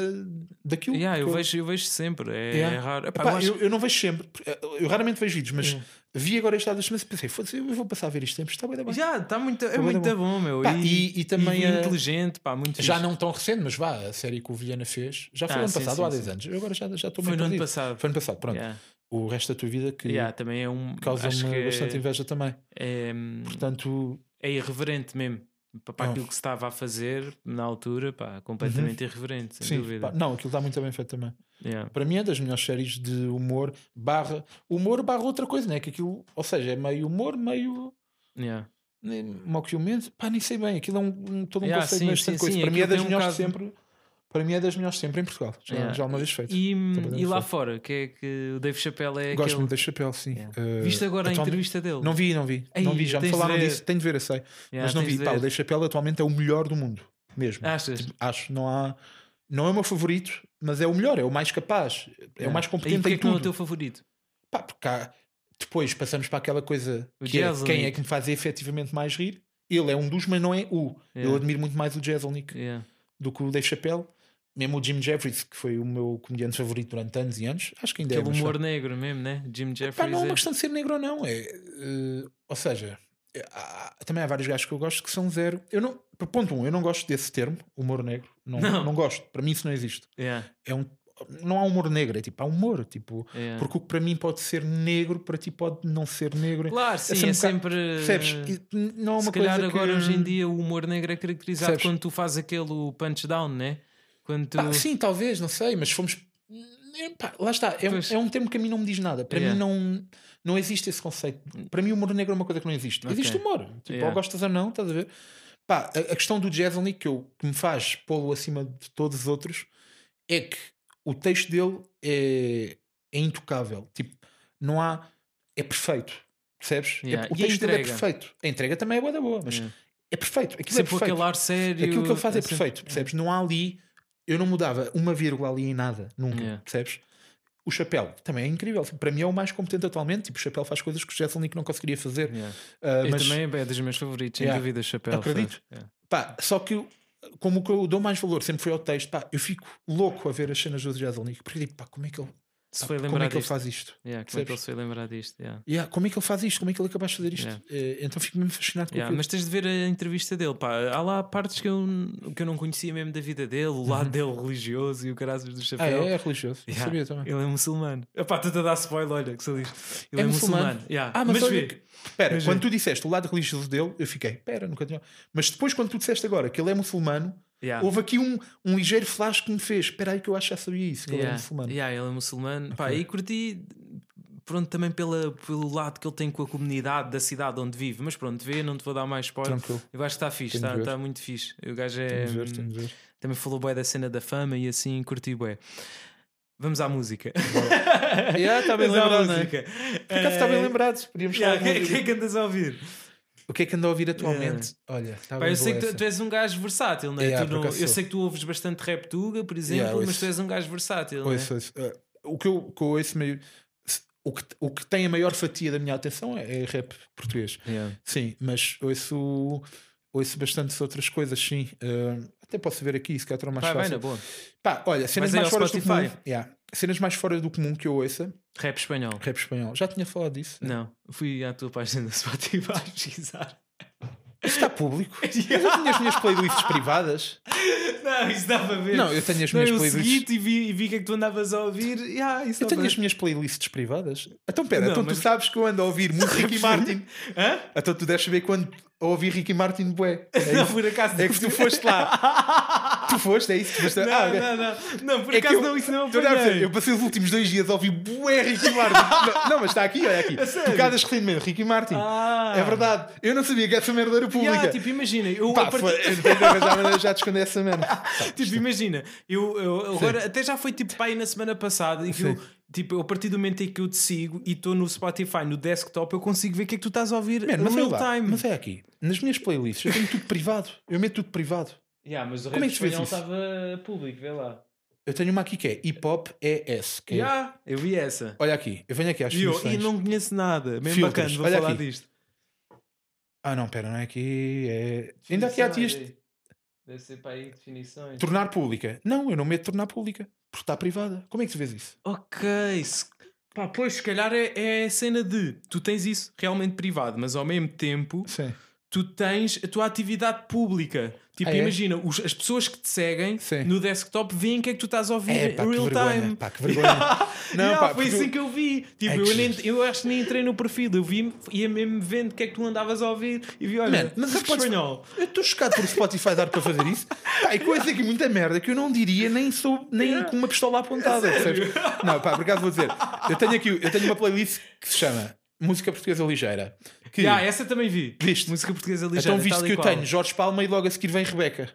daquilo.
Yeah, eu,
Porque
vejo, eu vejo sempre, é,
Tipo, Yeah.
é raro. Epá,
Pá,
eu acho-
eu, eu não vejo sempre, porque, eh, eu raramente vejo vídeos, mas
Yeah.
vi agora esta das semanas e pensei, foda-se, eu vou passar a ver isto sempre, está bué da bem.
Já, está muito, é
bom,
muito
tá
bom. meu.
Pá, e- e também
é
a-
inteligente, pá, muito
Já
fixe.
não tão recente, mas vá, a série que o Vilhena fez já foi
Ah,
ano
sim,
passado,
sim,
ou há 10
sim.
anos. Eu agora já já estou
Foi
meio
no ano
perdido.
passado.
Foi ano passado, pronto.
Yeah.
O resto da tua vida que
Yeah, também é um. acho que
causa-me
é-
bastante inveja também.
é,
Portanto,
é irreverente mesmo. Para para
Não.
aquilo que se estava a fazer na altura, pá, completamente irreverente, sem
Uhum. sim,
dúvida.
pá, não, aquilo está muito bem feito também.
Yeah.
Para mim é das melhores séries de humor barra humor barra outra coisa, né? Que aquilo, ou seja, é meio humor, meio
Yeah.
nem- mockumento, pá, nem sei bem, aquilo é um, um- todo um
Yeah,
conceito
sim,
meio bastante
sim,
coisa.
sim,
para mim é
aquilo tem
das
um
melhores
bocado-
sempre. Para mim é das melhores sempre em Portugal. Já,
Yeah.
já uma vez feito.
E,
Também
e lá
não sei.
fora, que é que o Dave Chappelle é
Gosto
aquele.
muito da chapéu, sim.
Yeah.
Eh,
Viste agora a
atualmente-
entrevista dele?
Não vi, não vi.
Ei,
não vi, já me
tens de
falaram
ver.
disso. Tenho de ver, eu sei.
Yeah,
mas não
tens
vi.
de
Pá, o
ver. Ah.
Dave Chappelle atualmente é o melhor do mundo. Mesmo.
Achas?
Acho. Não há. Não é o meu favorito, mas é o melhor, é o mais capaz, é, o mais
E
competente
porquê
em
que não é
tudo.
o teu favorito?
Pá, porque há- depois passamos para aquela coisa
O
que é,
Jezelnik.
quem é que me faz efetivamente mais rir. Ele é um dos, mas não é o.
Yeah.
Eu admiro muito mais o Jezelnik
Yeah.
do que o Dave Chappelle. Mesmo o Jim Jeffries, que foi o meu comediante favorito durante anos e anos, acho que ainda é
Aquele
mas
humor negro mesmo, né? Jim
Pá,
Jeffries.
não é
é.
uma questão de ser negro ou não. É, eh, ou seja, é, há- também há vários gajos que eu gosto que são zero. Eu não, ponto um, eu não gosto desse termo, humor negro. Não,
Não.
não. gosto. Para mim isso não existe.
Yeah,
É um, não há humor negro, é tipo, há humor. Tipo,
yeah.
Porque o que para mim pode ser negro, para ti pode não ser negro.
Claro, sim, é
sempre um
sempre.
Percebes? E Não é uma
se
coisa
calhar agora
que...
hoje em dia o humor negro é caracterizado
Percebes?
quando tu fazes aquele punch down, né? Quando tu.
Pá, sim, talvez, não sei, mas fomos. É, pá, lá está, é, um-
Pois.
é um termo que a mim não me diz nada. Para
Yeah.
mim não, não existe esse conceito. Para mim, o humor negro é uma coisa que não existe.
Ok.
Existe humor, tipo,
Yeah.
ou gostas ou não, estás a ver? Pá, a, a questão do Jezelnik que, eu- que me faz pô-lo acima de todos os outros é que o texto dele é, é intocável. Tipo, não há. É perfeito, percebes? É-
Yeah.
o
E a
texto dele é
entrega?
perfeito. A entrega também é boa da boa, mas
Yeah.
é perfeito. Aquilo é
sempre com
perfeito.
aquele ar sério.
Aquilo que ele faz é
sempre-
perfeito, percebes? Não há ali. Eu não mudava uma vírgula ali em nada, nunca,
Yeah.
percebes? O Chapéu também é incrível. Para mim é o mais competente atualmente. Tipo, o Chapéu faz coisas que o Jesselnik não conseguiria fazer.
Yeah.
Ah,
Eu
mas,
também é dos meus favoritos, sem
Yeah.
dúvida, Chapéu.
Acredito.
sabe? Yeah.
pá, só que eu- como o que eu dou mais valor sempre foi ao texto, pá, eu fico louco a ver as cenas do Jesselnik. Porque digo, pá, como é que ele,
Se
pá,
foi
como
lembrar
é que ele
disto.
faz isto?
Yeah, Como é que ele
Percebes?
se foi lembrar disto? yeah.
Yeah, como é que ele faz isto? Como é que ele é capaz de fazer isto?
Yeah.
Eh, então fico mesmo fascinado com
Yeah,
aquilo.
mas tens de ver a entrevista dele, pá. Há lá partes que eu, que eu não conhecia mesmo da vida dele, o lado dele religioso e o caraças do
Uhum. Ah,
chapéu.
é, é religioso. Eu
Yeah.
Sabia também.
Ele é muçulmano. Epá, estou-te a dar spoiler, olha, que se diz. Ele é, muçulmano. Yeah.
Ah, mas, olha
vê.
que- Espera,
Mas vê.
quando tu disseste o lado religioso dele, eu fiquei, espera, nunca tinha. Mas depois, quando tu disseste agora que ele é muçulmano,
Yeah.
houve aqui um, um ligeiro flash que me fez, espera aí que eu acho que já sabia isso, que ele é
Yeah,
muçulmano.
yeah, ele é muçulmano. Pá, e curti, pronto, também pela, pelo lado que ele tem com a comunidade da cidade onde vive. Mas pronto, vê, não te vou dar mais spoiler.
Tranquilo.
Eu acho que está fixe,
Tenho de
está
ver.
está muito fixe. O gajo é.
Vamos ver, temos de ver.
Também falou bué da cena da fama e assim, curti bué. Vamos à música.
Yeah, está bem
Vamos à
lembrado, não é?
música.
Por acaso está
Eh,
bem lembrado, podíamos
yeah,
falar
O que, é-
de
o que é que andas a ouvir?
O que é que ando a ouvir atualmente? Olha, está
Pá,
bem
eu sei que
Tá boa
tu, tu
essa.
és um gajo versátil, não é?
Yeah,
Tu
por
não-
acaso
eu
sou.
sei que tu ouves bastante rap tuga, por exemplo,
Yeah,
mas
ouço.
tu és um gajo versátil. não é?
Ouço, ouço. Eh, O que eu, o que eu ouço meio. O que, o que tem a maior fatia da minha atenção é, é rap
é?
português.
Yeah.
Sim, mas ouço, ouço bastantes outras coisas, sim. Eh, Até posso ver aqui, se calhar terá mais
Vai, vai,
fácil.
na boa.
Pá, olha, cenas
Mas aí
mais
ao
fora do comum.
Spotify.
Yeah. Cenas mais fora do comum que eu ouça.
Rap espanhol.
Rap espanhol. Já tinha falado disso. né?
Não, fui à tua página do Spotify pesquisar.
Isso está público. Mas eu tinha as minhas playlists privadas.
Não, isso dá para ver.
Não, eu tenho as
Não,
minhas
eu
playlists.
segui-te e vi, e vi o que é que tu andavas a ouvir. E, ah, isso
Eu
dá
tenho
para
as minhas playlists privadas. Então, pera,
Não,
então
mas-
tu sabes que eu ando a ouvir muito Ricky Martin.
ver. Hã?
Então tu deves saber quando a ouvir Ricky Martin bué. É,
Não,
isso.
por acaso
É que tu foste lá. tu foste, é isso? Tu foste...
Não,
ah, ok.
não, não, não, por
É que
acaso
eu-
não, isso não
Tu olhar,
apanhei.
Eu passei os últimos dois dias a ouvir bué Ricky Martin. não, não, mas está aqui, olha aqui.
sério?
Tocadas recentemente, Ricky Martin.
Ah.
É verdade. Eu não sabia que essa merda era pública.
Yeah, tipo, imagina, eu
Pá,
a partir-
foi, eu não tenho de arranjar maneira já de esconder essa merda.
Tipo, imagina, eu, eu agora até já foi tipo pai na semana passada e que eu,
Sim.
tipo, eu, a partir do momento em que eu te sigo e estou no Spotify, no desktop, eu consigo ver o que é que tu estás a ouvir
Man, mas, é
real
lá,
time.
mas é aqui. Nas minhas playlists eu tenho tudo privado. Eu meto tudo privado.
Yeah, mas o
Como é que tu vês isso?
estava público, vê lá.
Eu tenho uma aqui que é Hip Hop ES. Que é-
Yeah, eu vi essa.
Olha aqui, eu venho aqui às
E eu,
sugestões.
e não conheço nada, mesmo
Filtros,
bacana, vou
olha
falar
aqui.
disto.
Ah, não, pera, não é aqui. É... Ainda aqui há este.
Deve ser para aí definições.
Tornar pública. Não, eu não meto tornar pública. Porque está privada. Como é que tu vês isso?
Ok. se- Pá, pois, se calhar é, é a cena de tu tens isso realmente privado, mas ao mesmo tempo
Sim.
tu tens a tua atividade pública. Tipo,
Ah, é?
imagina, os- as pessoas que te seguem
Sim.
no desktop veem o que é que tu estás a ouvir
É, pá, que
real
vergonha,
time.
pá, que vergonha. Não,
Yeah, foi
pá, porque
assim
eu-
que eu vi. Tipo,
É que
eu, nem-
giro.
eu acho que nem entrei no perfil, eu vi, ia mesmo vendo o que é que tu andavas a ouvir e vi, olha,
Man, mas
rap
podes-
espanhol.
Eu estou chocado por o Spotify dar para fazer isso. Pá, e coisa aqui muita merda que eu não diria nem sou nem com uma pistola apontada. percebes? Não, pá, por acaso vou dizer. Eu tenho aqui, eu tenho uma playlist que se chama Música Portuguesa Ligeira. Que
Yeah, essa também vi.
Viste?
Música portuguesa ligeira.
então visto
tal e
que eu
qual.
tenho Jorge Palma e logo a seguir vem Rebeca.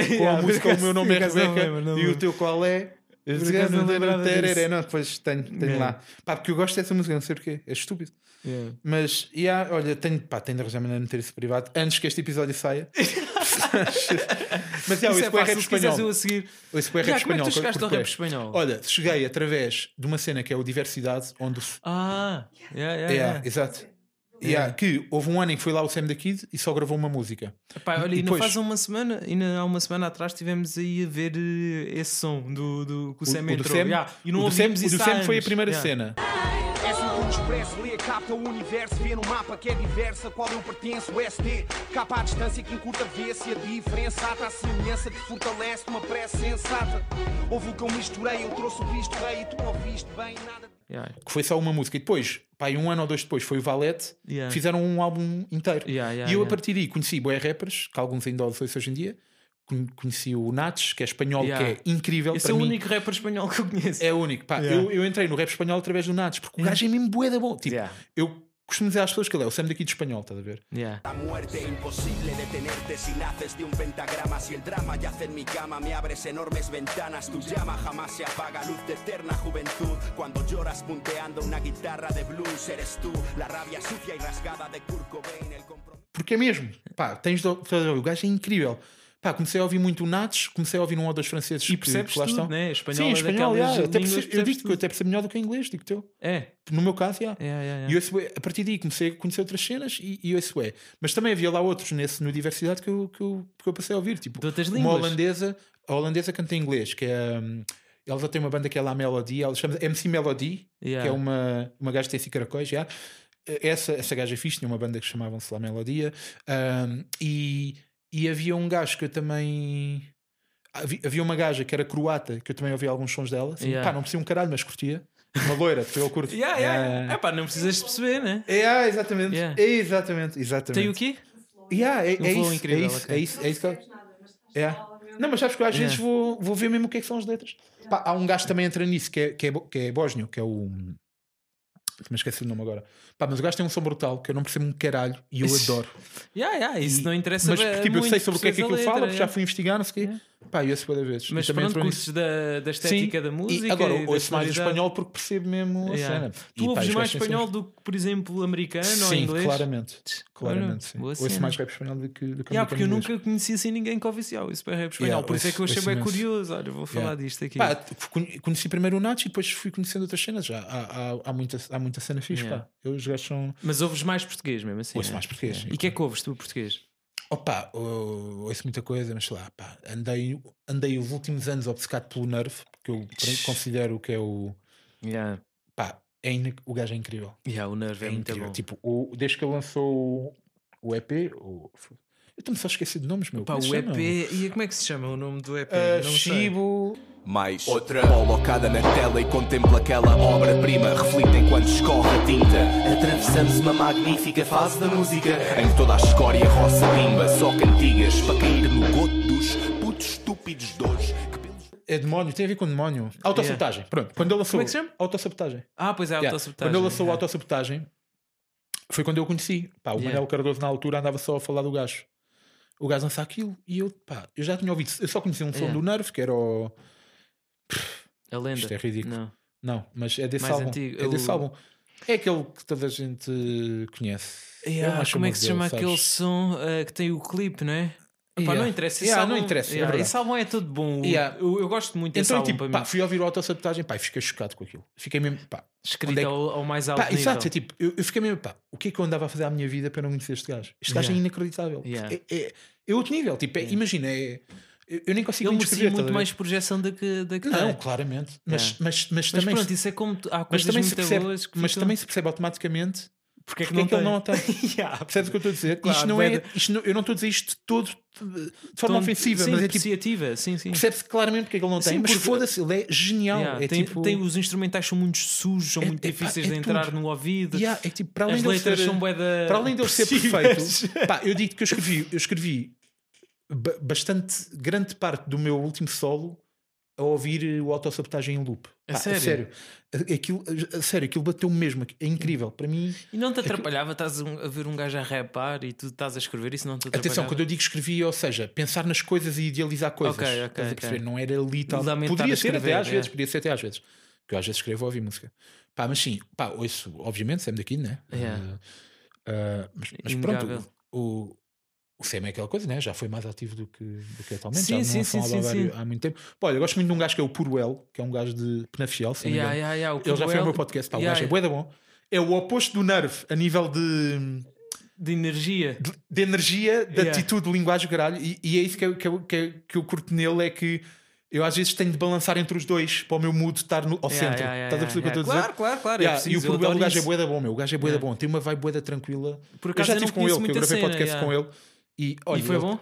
Yeah,
a
por
música O
acaso-
Meu Nome é
por acaso não me
Rebeca
lembro, não me
e o
lembro.
teu qual é? Eu
Por
dizia,
atereré,
"Ah, não
não
lembro,
lembrava
tereré."
disso.
Não, depois tenho, tenho
Man.
lá. Pá, porque eu gosto dessa música, não sei porquê. É estúpido.
Yeah.
Mas, yeah, olha, tenho, pá, tenho de arranjar maneira de meter isso privado antes que este episódio saia. Mas, yeah,
Isso
esse
é
foi
pá,
rap
se quiseres eu
espanhol.
a seguir.
Esse foi
Já,
rap
como é que
espanhol.
tu chegaste ao
porque-
rap espanhol?
Olha, cheguei através de uma cena que é o Diversidade, onde. f-
Ah, É. yeah, yeah,
Yeah,
yeah.
exato. Yeah, que houve um ano em que foi lá o Sam da Kid e só gravou uma música.
Pá, olha,
E
ainda
depois-
faz uma semana, ainda há uma semana atrás estivemos aí a ver eh, esse som do, do, que o,
O,
Sam
o do
entrou.
Sam,
yeah. E
o
não
do Sam,
ouvimos
o do
isso há
Sam foi a
anos.
primeira
Yeah.
cena.
É um expresso, lê, capta o universo, vê no mapa que é diversa, qual eu pertenço, ST. Capa à distância que encurta, vê-se a diferença, ata a semelhança que fortalece uma prece sensata. Houve o que eu misturei, eu trouxe o visto rei e tu ouviste bem, nada.
Yeah.
que foi só uma música. E depois, pá, e um ano ou dois depois, foi o Valete,
Yeah.
fizeram um álbum inteiro.
Yeah, yeah,
e eu
yeah.
a partir daí conheci boé rappers, que alguns ainda os ouço hoje em dia. Con- Conheci o Nats, que é espanhol,
Yeah.
que é incrível.
Esse
para
é o
mim.
único rapper espanhol que eu conheço.
É o único. Pá,
Yeah.
eu, eu entrei no rap espanhol através do Nats, porque o gajo é mesmo bué da bom. Tipo,
Yeah.
eu costumo dizer às pessoas que ele é o Sam daqui de espanhol, estás a ver?
Yeah.
La muerte imposible detenerte sin haces de un pentagrama. Si el drama yace en mi cama, me abres enormes ventanas. Tu llama jamás se apaga, luz de eterna juventud. Cuando lloras punteando una guitarra de blues, eres tú. La rabia sucia y rasgada de Kurt Cobain, el compromiso.
Porque é mesmo. Pá, tens de, estás a ver? o gajo é incrível. Pá, comecei a ouvir muito o Nats, comecei a ouvir um ou dois franceses
E
que-
percebes
que lá
tudo,
estão.
né? Espanhol
Sim,
é
espanhol,
daquelas
yeah, eu até
línguas
percebo-
que
eu
percebes
digo que eu
tudo.
até percebo melhor do que o inglês, digo teu.
É.
No meu caso, yeah.
Yeah, yeah, yeah.
E eu esse bué- a partir daí comecei a conhecer outras cenas e, e eu esse bué. Mas também havia lá outros nesse, no Diversidade que eu, que, eu, que eu passei a ouvir. Tipo,
De outras
uma
línguas.
holandesa, a holandesa canta em inglês, que é. hum, ela já tem uma banda que é lá Melody, ela chama MC Melody,
Yeah.
que é uma, uma gaja que tem assim caracóis, já. Essa, essa gaja é fixe, tinha uma banda que chamavam-se lá Melodia. Hum, e, e havia um gajo que eu também. Havia havia uma gaja que era croata, que eu também ouvia alguns sons dela. Assim,
Yeah.
Pá, não parecia um caralho, mas curtia. Uma loira, porque eu curto. Ah,
Yeah, yeah.
Yeah.
É pá, não precisas perceber, né?
É, ah, exatamente.
Yeah.
É, exatamente, exatamente.
Tem o quê?
Yeah, é, é
Um flow
isso,
incrível,
é isso,
ok.
é isso, é isso que eu- Yeah. Não, mas sabes que eu às vezes
Yeah.
vou, vou ver mesmo o que é que são as letras. Pá, há um gajo que também entra nisso, que é, que é, bo- que é bósnio, que é o. Também esqueci o nome agora. Pá, mas o gajo tem um som brutal que eu não percebo um caralho e eu adoro.
Yeah, yeah, isso não interessa
mas
bem-
tipo, eu
muito,
sei sobre o que é que aquilo
percebes a
fala,
letra,
porque
yeah.
já fui investigar, não sei o quê. Pá, eu esse boa vez.
Mas
E também
pronto,
entrou nisso.
cursos da, da estética da música.
E agora
e da
ouço mais o
sonoridade.
espanhol porque percebo
Yeah.
mesmo a cena.
Tu
E, pá,
ouves
os
mais
gajos têm cenas-
espanhol do que, por exemplo, americano ou
Sim,
inglês?
claramente.
Olha,
Claramente, sim.
boa
Ouço
cena.
mais rap espanhol do que, do que
Yeah,
americano
porque eu
mesmo.
nunca conheci assim ninguém que ouvisse ah, o super rap espanhol.
Yeah,
por isso é que eu
ouço-
achei
ouço
bem
imenso.
curioso. Olha, vou falar
Yeah.
disto aqui.
Pá, t- con- conheci primeiro o Nacho e depois fui conhecendo outras cenas. Já há, há, há, muita, há muita cena fixe.
Yeah.
Pá. Eu, os gajos são.
Mas ouves mais português mesmo assim.
Ouço
né?
mais português,
E o que é que ouves tu português?
Opa, oh, ouço muita coisa, mas sei lá, pá, andei, andei os últimos anos obcecado pelo Nerve, que eu considero que é o.
Yeah.
Pá, é in- o gajo é incrível.
Yeah, o Nerve
É,
é, muito
incrível.
bom.
Tipo, o, desde que ele lançou o, o EP, o- eu também só esqueci de nomes, meu.
Pá,
como é que
o
se chama?
EP. E como é que se chama o nome do EP?
Ah,
Não sei.
Chibo.
Mais outra colocada na tela e contempla aquela obra-prima. Reflita enquanto escorre a tinta.
Atravessamos uma magnífica fase da música.
Em toda a escória roça bimba, só cantigas para cair no goto dos putos estúpidos dois que pelos
É demónio, tem a ver com demónio. Autossabotagem. Pronto, quando ele lançou.
Como é que se chama?
Autossabotagem.
Ah, pois é,
Yeah.
autossabotagem.
Quando ele lançou o
yeah.
autossabotagem, foi quando eu o conheci. Pá, o
Yeah.
Manuel Cardoso na altura andava só a falar do gajo. O gajo lança aquilo e eu, pá, eu já tinha ouvido. Eu só conhecia um som
Yeah.
do Nerve, que era o.
A lenda.
Isto é ridículo.
Não.
Não, mas é desse
Mais
álbum.
antigo,
É desse
o-
álbum. É aquele que toda a gente conhece. É o
Yeah,
mais
como é que se chama
famoso dele,
aquele
sabes?
som ah, que tem o clipe, não é? Pá,
Yeah.
não interessa. Esse
Yeah,
álbum,
não interessa, é
yeah,
verdade.
esse álbum é todo bom. O-
Yeah.
Eu, eu gosto muito desse
Então,
álbum
tipo,
para
pá,
mim.
fui ouvir o autossabotagem, pá, e fiquei chocado com aquilo. Fiquei mesmo, pá.
Escrito
onde é que-
ao, ao mais alto
Pá,
nível.
exato, é tipo, eu, eu fiquei mesmo, pá, o que é que eu andava a fazer à minha vida para não conhecer este gajo? Este gajo é
Yeah.
inacreditável.
Yeah.
É, é- é outro nível, tipo, é- imagina, é- eu, eu nem consigo
Ele
nem descrever,
merecia
estás
muito
a ver?
mais projeção da que, da que tem.
Não, claramente, mas,
Yeah.
mas, mas,
Mas
também,
pronto, isso é como tu- há
mas
coisas
também se
muito
percebe,
boas que
mas
ficam-
também se percebe automaticamente
porque é que
porque é
não
que ele não a
tem?
tem. Percebes o que eu estou a dizer?
Claro,
isto não é,
bué
isto não- eu não estou a dizer isto todo de de forma
Tom-
ofensiva,
sim,
mas é tipo,
depreciativa, sim, sim.
percebe-se claramente porque é que ele não tem,
Sim,
mas
porque-
foda-se, ele é genial.
Yeah,
é
tem,
tipo,
tem- os instrumentais são muito sujos, são
É-
muito
epá,
difíceis
é
de entrar
tudo.
no ouvido.
Yeah, é tipo, para além
As
de ele
letras
ser-
são bué da-
para além de ele ser
eh, possíveis.
perfeito, pá, eu digo que eu escrevi, eu escrevi ba- bastante grande parte do meu último solo a ouvir eh, o autossabotagem em loop.
A
Pá,
sério?
A- Aquilo, a- a sério, aquilo bateu mesmo. É incrível. Para mim,
E não te atrapalhava, estás um- a ver um gajo a rapar e tu estás a escrever isso, não te atrapalhava.
atenção, quando eu digo escrevi, ou seja, pensar nas coisas e idealizar coisas.
Ok, ok,
Estás a perceber?
ok.
Não era ali tal.
Lamentar
Poderia
a
ser até
escrever,
às
é.
vezes, poderia ser até às vezes. Porque eu às vezes escrevo a ouvir música. Pá, mas sim, pá, ouço, obviamente, Sam daqui, né?
Yeah.
Eh, Uh, mas, mas
Inegável.
pronto, o, o, o Sam é aquela coisa, né? já foi mais ativo do que, do que atualmente.
Sim,
já não
sim,
lançam
sim,
álbum
sim,
há
sim.
vários- há muito tempo. Pá, olha, eu gosto muito de um gajo que é o Puruel, que é um gajo de Penafiel. se não me
Yeah,
engano.
yeah, yeah, o
Ele já foi ao
Cruel
meu podcast. Pá,
Yeah,
O gajo é bué da bom. É o oposto do Nerve a nível de,
de energia.
de, de energia, de
Yeah.
atitude, de linguagem, caralho. E, e é isso que eu, que, eu, que, eu, que eu curto nele: é que eu às vezes tenho de balançar entre os dois para o meu mood estar no, ao
Yeah,
centro.
yeah, yeah,
Estás a perceber o que
yeah.
eu estou a
Claro,
dizer?
claro, claro. é
Yeah, e o
preciso, eu
Puruel, o
adoro
gajo é
isso.
boeda bom, meu. O gajo é boeda
Yeah.
bom, tem uma vibe boeda tranquila.
Por
eu
acaso,
já
eu
estive
não conheço
com ele, que eu
muito a
gravei
cena,
podcast
yeah.
com ele. E, olha,
E foi
ele-
bom?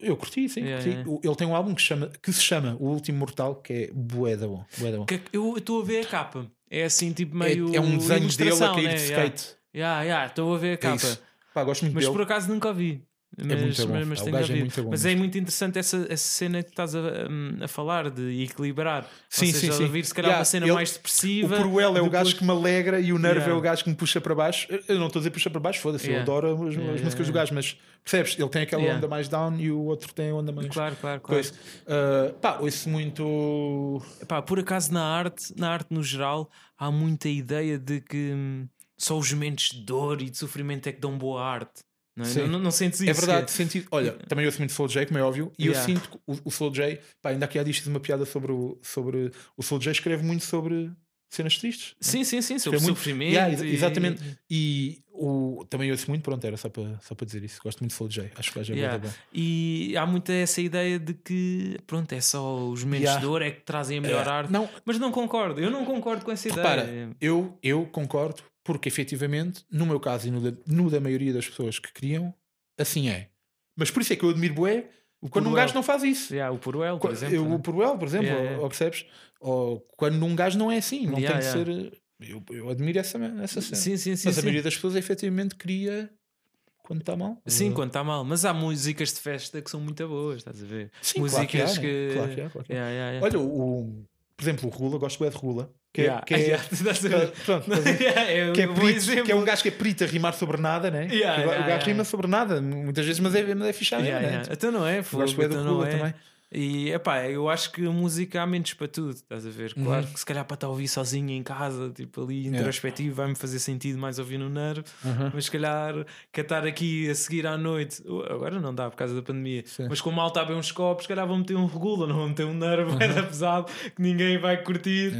Eu curti, sim.
Yeah,
curti.
yeah.
O- Ele tem um álbum que, chama, que se chama O Último Mortal, que é boeda bom. Bué da bom.
Que- Eu estou a ver a capa. É assim, tipo
É,
meio.
é um desenho dele a
ilustração,
cair
né?
de skate.
Yeah, yeah, estou a ver a
É
capa.
isso. Pá, gosto muito
mas
dele. É
por acaso nunca ouvi. Mas,
muito bom,
mas, mas
pá,
tenho
o
que
gajo é
ouvir.
muito bom
mas é
mesmo.
muito interessante essa, essa cena que estás a, um, a falar de equilibrar.
Sim,
Ou seja,
sim, sim.
ouvir se calhar
Yeah,
uma cena
ele-
mais
O
depressiva.
Cruel é o
depois-
gajo que me alegra e o Nerve
Yeah.
é o gajo que me puxa para baixo. Eu- Eu não estou a dizer puxa para baixo, foda-se,
Yeah.
eu adoro as, as
Yeah,
músicas
yeah,
do gajo, mas percebes? Ele tem aquela
Yeah.
onda mais down e o outro tem a onda mais.
Claro, claro, claro.
coisa. Ah, pá, ouço muito.
Epá, por acaso na arte, na arte no geral, há muita ideia de que hum, só os momentos de dor e de sofrimento é que dão boa arte. Não, é?
Sim.
não, não, não sentes isso?
É verdade,
que-
senti- olha, também ouço muito Soul J, como é óbvio, e
Yeah.
eu sinto que o, o Soul J, pá, ainda aqui há dias fiz uma piada sobre o, sobre o Soul J, escreve muito sobre cenas tristes.
Sim, sim, sim, sobre
Escreve É muito-
sofrimento.
Yeah, ex-
e-
exatamente. E o, também ouço muito, pronto, era só para, só para dizer isso. Gosto muito de Soul J, acho que o gajo é
Yeah.
muito bom.
E há muita essa ideia de que, pronto, é só os momentos
Yeah.
de dor é que trazem a melhor
É,
arte.
não.
Mas não concordo, eu não concordo com essa
Repara,
ideia.
eu, eu concordo, porque efetivamente, no meu caso e no da, no da maioria das pessoas que criam, assim é. Mas por isso é que eu admiro Bué quando um
Cruel.
gajo não faz isso.
Yeah, o Poruel, por
Qua-
exemplo.
eu,
né?
o Poruel, por exemplo,
Yeah, yeah.
ou percebes? Ou quando um gajo não é assim, não
Yeah,
tem que
yeah.
ser. Eu, eu admiro essa, essa cena.
Sim, sim, sim.
Mas a
sim.
maioria das pessoas efetivamente cria quando está mal.
Sim, quando está mal. Mas há músicas de festa que são muito boas, estás a ver?
Sim, claro que há,
músicas
né?
que.
Claro que há, claro que há.
Yeah, yeah, yeah.
Olha, o, o- por exemplo, o Rula, gosto bué de Rula, que, é-
Yeah.
que é.
Yeah, estás a ver?
Pronto, estás a ver?
Yeah, é,
que é,
um bom
perito,
exemplo.
que é um gajo que é perito a rimar sobre nada, né?
Yeah,
o gajo
yeah,
rima
yeah.
sobre nada, muitas vezes, mas é, mas é fichado,
Yeah,
né?
yeah. Então não é,
Eu
fogo,
gosto bem do
então não
Rula
é.
também.
E epá, eu acho que a música há menos para tudo, estás a
Uhum.
ver? Claro que se calhar para estar a ouvir sozinho em casa, tipo ali introspectivo, vai-me fazer sentido mais ouvir no Nero,
Uhum.
mas se calhar catar aqui a seguir à noite, uh, agora não dá por causa da pandemia, mas como mal está bem uns copos, se calhar vou meter um regula, não vou meter um Nero, vai
Uhum.
dar pesado, que ninguém vai curtir.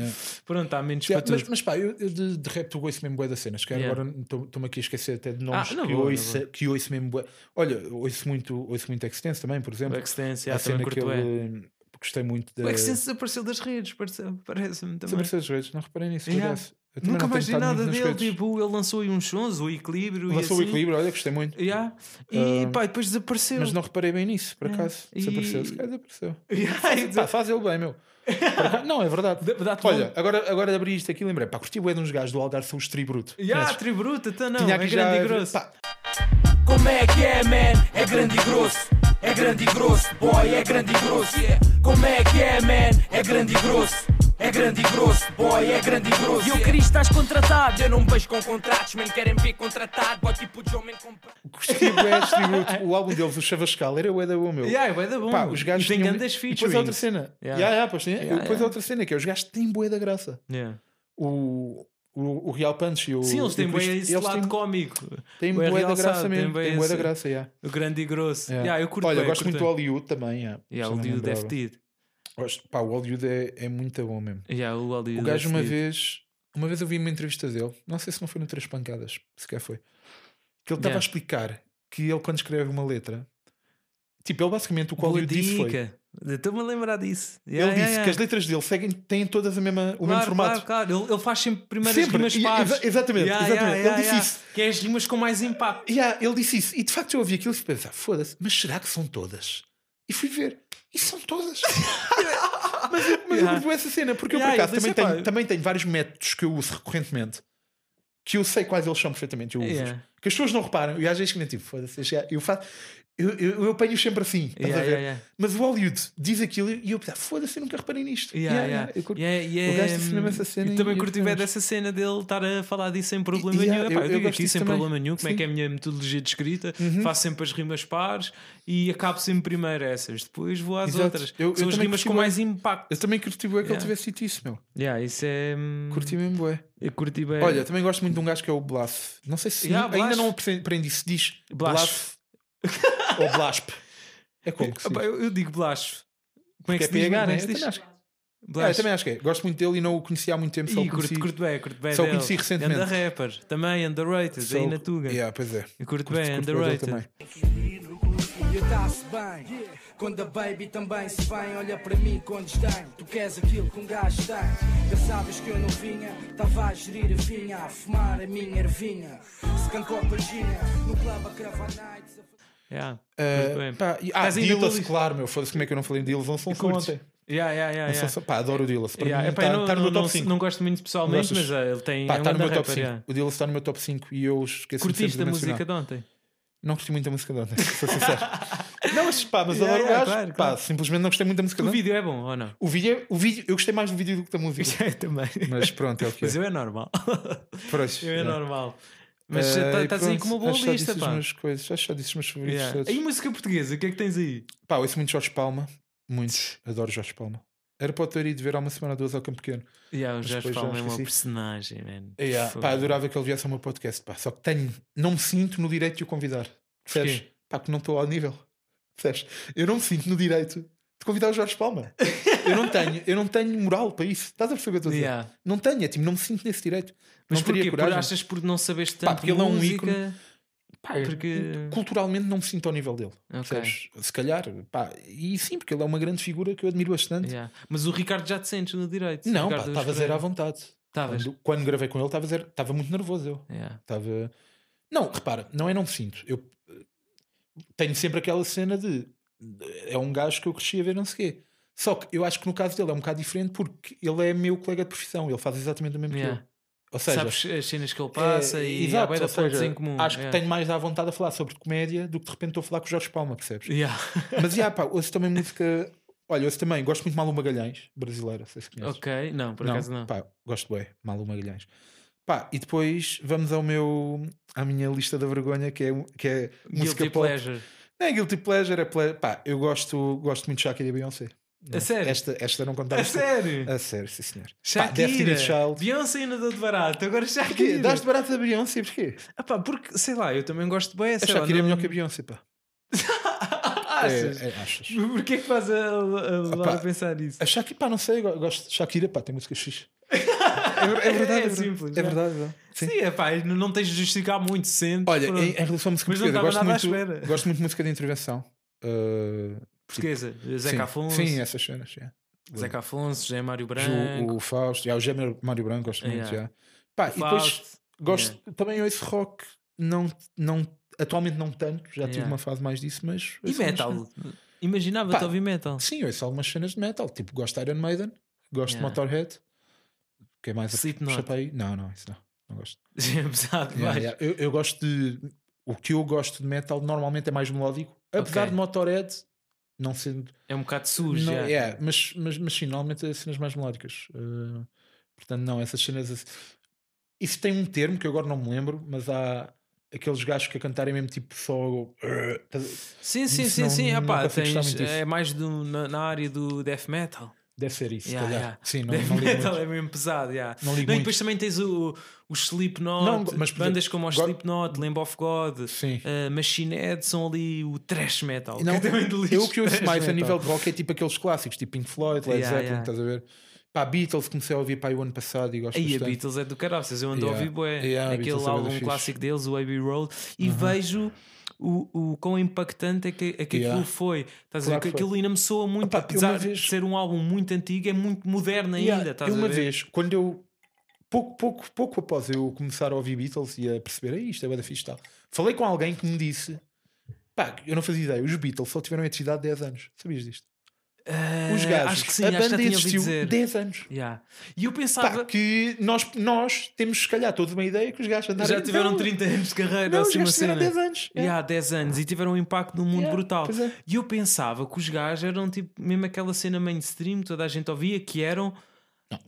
Pronto, há menos para
Yeah, mas,
tudo.
mas pá, eu, eu de, de repto ouço mesmo bué das cenas. Que
Yeah.
Agora estou-me aqui a esquecer até de nomes
Ah, não
que,
vou, não
ouço, que ouço mesmo bué. Olha, ouço muito, ouço muito Extense também, por exemplo.
O Extense,
a
yeah, também
cena que
curto bué.
ele, gostei muito da.
O Extense desapareceu das redes, parece- parece-me também.
Sobre essas redes, não reparei nisso.
Yeah.
aliás. Eu também
Nunca
não
mais vi
tenho estado
nada
muito nas
dele,
redes.
tipo, ele lançou aí uns sons, o equilíbrio
Lançou
e
o
assim.
equilíbrio, olha, gostei muito.
Yeah. E
Ah,
pá, e depois desapareceu.
Mas não reparei bem nisso, por
É.
acaso.
E-
Desapareceu, se calhar desapareceu.
Yeah, e
Pá, faz ele bem, meu. Por acaso- Não, é verdade.
Dá- dá-te
Olha,
bom.
agora, agora abri isto aqui e lembrei. Pá, curti o é de uns gajos do Algarve, são os Tribruto.
Yeah,
Conheces?
tributa, tá não,
Tinha
é
aqui
grande
já-
e grosso.
pá,
Como é que é, man? É grande e grosso. É grande e grosso, boy, é grande e grosso. yeah. Como é que é, man? É grande e grosso. É grande e grosso, boy, é grande e grosso. E eu queria estás contratado. Eu não vejo com contratos, man. Querem ver contratado. Boy, tipo de homem comprado.
Curti o é de Tributo. O álbum deles, o Chavascal, era o é da bom, meu.
Yeah, é bué da bom.
Pá, os gajos
e tem
tinham-
grandes
E Depois há outra
featurings.
cena.
Yeah.
Yeah, yeah, pois tem-
Yeah,
depois há
yeah.
outra cena que é os gajos têm boé da graça.
Yeah.
O, o, o Real Punch e o.
Sim, eles têm
e o
bem
Cristo-
esse
eles
lado
têm-
cómico.
Tem
Bué
boé da
realçado,
graça mesmo.
bué
Tem boé da
esse-
graça, yeah.
O grande e grosso.
Yeah.
Yeah, eu curto
É. Olha,
bem,
eu gosto
curto
muito do
bem.
Hollywood também. Yeah.
Yeah, o
Já é não
Hollywood
lembrava.
FT.
Gosto- Pá, o Hollywood é, é muito bom mesmo.
Yeah, o Hollywood
O gajo uma
FT.
vez, uma vez eu vi uma entrevista dele, não sei se não foi no Três Pancadas, sequer foi, que ele estava
Yeah.
a explicar que ele quando escreve uma letra, tipo, ele basicamente o que o
Boa
Hollywood disse foi.
dica. Estou-me a lembrar disso.
ele disse que as letras dele seguem, têm todas a mesma, o mesmo formato.
Claro, claro. Ele, ele faz sempre primeiras
Sempre.
rimas
E- é,
pares.
exa- exatamente, exatamente. Ele disse isso.
Que é as rimas com mais impacto.
Yeah, ele disse isso. E de facto eu ouvi aquilo e pensei, "Ah, foda-se, mas será que são todas? E fui ver. E são todas. mas eu, mas
Yeah.
eu curto essa cena, porque eu
Yeah, é
por acaso
eu disse,
também tenho,
"Epá."
também tenho vários métodos que eu uso recorrentemente que eu sei quais eles são perfeitamente. Eu uso.
Yeah.
Que as pessoas não reparam. E às vezes que nem tipo, foda-se, este gajo- eu faço. Eu, eu, eu apanho sempre assim, estás
Yeah,
a ver?
yeah, yeah.
Mas o Hollywood diz aquilo e eu pensava, foda-se, eu nunca reparei nisto.
Yeah,
Yeah,
yeah.
yeah, eu curto.
Yeah, yeah,
O gajo disse
hum,
mesmo essa cena
eu
e
também
eu
curti
também
bem
gosto.
dessa cena dele estar a falar disso sem problema
yeah,
nenhum.
eu-
Epá, eu,
eu
digo
gosto
aqui
disso
sem
também.
problema nenhum como é
Sim. Uhum.
que é a minha metodologia de escrita. Faço sempre as rimas pares e acabo sempre primeiro essas, depois vou às
Exato.
outras.
Eu- eu
São as
também
rimas
curti
com
bué.
mais impacto.
Eu também curti bué que
Yeah.
ele tivesse dito isso, meu.
Yeah, isso é. hum,
Curti mesmo bué.
Eu curti bem.
Olha, também gosto muito de um gajo que é o Blas. Não sei se
Yeah,
ainda
É. Blas.
não aprendi se diz
Blas.
Blas ou Blasp. É como que se diz?
Epá, eu, eu digo Blasfo. Como é que
Porque
se diz?
PH,
Como
né?
é
Eu
que se diz?
também acho que é. Ah, eu
Blasfo.
também acho que é. Gosto muito dele e não o conhecia há muito tempo. Só
Ih,
o conheci.
curto, curto bem, curto bem.
só o
dele.
conheci recentemente.
Anda rapper, também underrated,
só
aí
o-
na Tuga.
Yeah, pois é.
Eu curto,
Curto-
bem,
curto bué dele
underrated.
também.
Eu tá-se bem Quando a baby também se vem Olha para mim com desdém Tu queres aquilo que um gajo tem Já sabes que eu não vinha Tava a gerir a vinha A fumar a minha ervinha Se cancou a paginha No club a cravar nights a-
Yeah,
Ah,
curto bem.
pá, e- ah,
Mas ainda
Dillas,
tô-
claro, meu. Foda-se, como é que eu não falei em Dillas? Não são só
Curtes?
ontem.
Yeah, yeah, yeah,
Não são
yeah.
só- Pá, adoro o Dillas. Para
Yeah,
mim,
epá,
tá-
eu não,
tá no meu
não-
top 5.
não gosto muito pessoalmente,
Não
mas
gostas?
ah, ele tem.
Pá,
é um
tá no meu
grande
top 5.
rapper, yeah.
O Dillas está no meu top 5 e eu esqueci
Curtiste a música de ontem?
Tá Não gostei muito da música de ontem, sou sincero. não, mas pá, mas
Yeah,
adoro o
yeah,
gajo.
claro,
Pá,
claro.
simplesmente não gostei muito da música
O
de ontem.
vídeo é bom ou não?
O vídeo, o vídeo, eu gostei mais do vídeo do que da música.
Eu também.
Mas pronto, é o que é.
Mas eu é normal.
Pois,
Eu é
é.
normal. Mas
Eh, e
estás aí
pronto,
com uma boa
acho que já
lista,
disse
pá.
As minhas coisas, acho que já disse os meus favoritos
Yeah.
todos.
E música portuguesa, o que é que tens aí?
Pá, ouço muito Jorge Palma. Muito. Adoro Jorge Palma. Era para eu ter ido ver há uma semana ou duas ao Campo Pequeno.
Yeah, o Jorge
depois já
Palma é uma
esqueci.
personagem, man.
Yeah.
Fogo.
Pá, adorava que ele viesse ao meu podcast. Pá. Só que tenho, não me sinto no direito de o convidar. Percebes?
Porquê?
Pá, que não estou ao nível. Percebes? Eu não me sinto no direito de convidar o Jorge Palma. eu não tenho, eu não tenho moral para isso. Estás a perceber o que eu estou a dizer?
Yeah.
Não tenho, é tipo, não me sinto nesse direito.
Mas
não teria
porquê? Por,
coragem.
achas por não saberes
Pá,
tanto
porque ele é um
música?
ícone. Pá, eu
Porque-
Culturalmente não me sinto ao nível dele.
Ok.
Percebes? Se calhar, pá, e sim, porque ele é uma grande figura que eu admiro bastante.
Yeah. Mas o Ricardo já te sentes no direito.
Não, pá,
Ricardo Araújo
estava a zero à
Pereira.
vontade.
Estavas.
Quando, quando gravei com ele, estava zero- estava muito nervoso. Eu
Yeah.
estava. Não, repara, não é não me sinto. Eu eh, tenho sempre aquela cena de de- é um gajo que eu cresci a ver não sei quê. Só que eu acho que no caso dele é um bocado diferente porque ele é meu colega de profissão, ele faz exatamente o mesmo
Yeah.
que eu. Ou seja,
Sabes as cenas que ele
é,
passa e há bué de
ou
pontos
seja,
em comum.
acho que
Yeah.
tenho mais à vontade a falar sobre comédia do que de repente estou a falar com o Jorge Palma, percebes?
Yeah.
Mas yeah, pá, ouço também música. Olha, ouço também, gosto muito de Malu Magalhães, brasileira, sei se conheces.
ok, não, por acaso não.
Pá, gosto bem, Malu Magalhães. Pá, e depois vamos ao meu à minha lista da vergonha que é, que é
Guilty
música pop.
Pleasure.
Não é guilty pleasure, é ple... Pá, eu gosto, gosto muito de Shakira e Beyoncé. Não,
sério?
Esta, esta não contava.
A É sério?
A sério, sim senhor. Pá,
Shakira.
Destiny Child.
Beyoncé ainda deu de barato. Agora
Porquê?
Shakira.
Dás de barato a Beyoncé, porquê?
Ah pá, porque, sei lá, eu também gosto de bem.
A
sei lá,
Shakira
não-
é
Ah,
melhor que a Beyoncé, pá.
Achas?
É, é, Ah, achas?
Porquê que faz a, a, a Laura pensar nisso?
A Shakira, pá, não sei, eu gosto de Shakira, pá, tem música X. É, ver- é
É
verdade, é, verdade.
simples,
É
não é?
verdade, é verdade. Sim.
Sim, é pá, não não tens de justificar muito, sente.
Olha,
pronto.
em, em relação à música
Mas não
portuguesa,
estava
gosto
nada à
muito,
espera.
gosto muito de música de intervenção. Uh,
portuguesa. Zeca
sim,
Afonso,
Sim, é essas cenas. Yeah.
Zeca Afonso, José Mário
O,
Branco,
o Fausto, yeah, o Gêmeo Mário Branco, gosto muito.
Yeah.
Yeah. Pá, e depois
Fausto.
gosto, também ouço rock, não, não, atualmente não tanto, já tive
Yeah.
uma fase mais disso, mas.
E
ouço
metal.
algumas cenas.
Imaginava-te
Pá,
ouvir metal.
Sim, ouço algumas cenas de metal, tipo gosto de Iron Maiden, gosto
Yeah.
de Motorhead. que é mais
Slipknot.
puxa para aí? Não, não, isso não, não gosto.
É pesado,
Yeah,
mas-
yeah. Eu, eu gosto de. O que eu gosto de metal normalmente é mais melódico. Apesar
Ok.
de Motorhead não sendo.
É um bocado sujo.
não-
já.
yeah, mas, mas, mas sim, normalmente é cenas mais melódicas. Uh, portanto, não, essas cenas. assim- Isso tem um termo que eu agora não me lembro, mas há aqueles gajos que a cantarem mesmo tipo só. uh, estás-
Sim, sim,
Isso
sim,
não-
sim.
não
Ah, pá,
consigo gostar
tens,
muito disso.
é mais do, na, na área do death metal.
Deve ser isso, se
Yeah,
calhar.
yeah.
Sim, não,
death
não ligo
metal
muito.
é mesmo pesado. Yeah.
Não ligo
e
muito.
depois também tens o, o Slipknot,
Não, mas, por
bandas
exemplo,
como o
go-
Slipknot, Lamb of God,
Sim.
uh, Machine Head são ali o thrash metal.
Não,
um que eu também lixo
eu que ouço
thrash
mais a
metal.
nível de rock é tipo aqueles clássicos, tipo Pink Floyd, Led
Yeah,
Zeppelin,
yeah.
estás a ver? Pá, Beatles comecei a ouvir pá, aí o ano passado e gosto
Aí a
bastante.
Beatles é do caraças, eu ando
Yeah.
a ouvir bué,
Yeah, Beatles
aquele
é bué da
álbum
fixe. Uhum.
clássico deles, o Abbey Road, e vejo o, o quão impactante é que, é que
Yeah.
aquilo foi. Estás a
Claro
ver? Que
que foi.
aquilo ainda me soa muito,
Opa, eu uma
apesar
vez-
de ser um álbum muito antigo, é muito moderno ainda.
Yeah,
estás
eu uma
a ver?
vez, quando eu pouco, pouco, pouco após eu começar a ouvir Beatles e a perceber "Ei, isto é bué da fixe e tal, falei com alguém que me disse pá, eu não fazia ideia, os Beatles só tiveram atividade de 10 anos, sabias disto?
Eh,
Os gajos,
acho que sim,
a
acho que já
banda
tinha ouvido
existiu
dizer.
10 anos.
Yeah. E eu
Pá,
pensava.
que nós, nós temos se calhar toda uma ideia que os gajos andaram
já tiveram
Não,
30 anos de carreira,
então- não, os
assim uma
gajos tiveram
cena.
10 anos. É.
E há 10 anos e tiveram um impacto no mundo
Yeah,
brutal.
pois é.
E eu pensava que os gajos eram tipo mesmo aquela cena mainstream, toda a gente ouvia, que eram.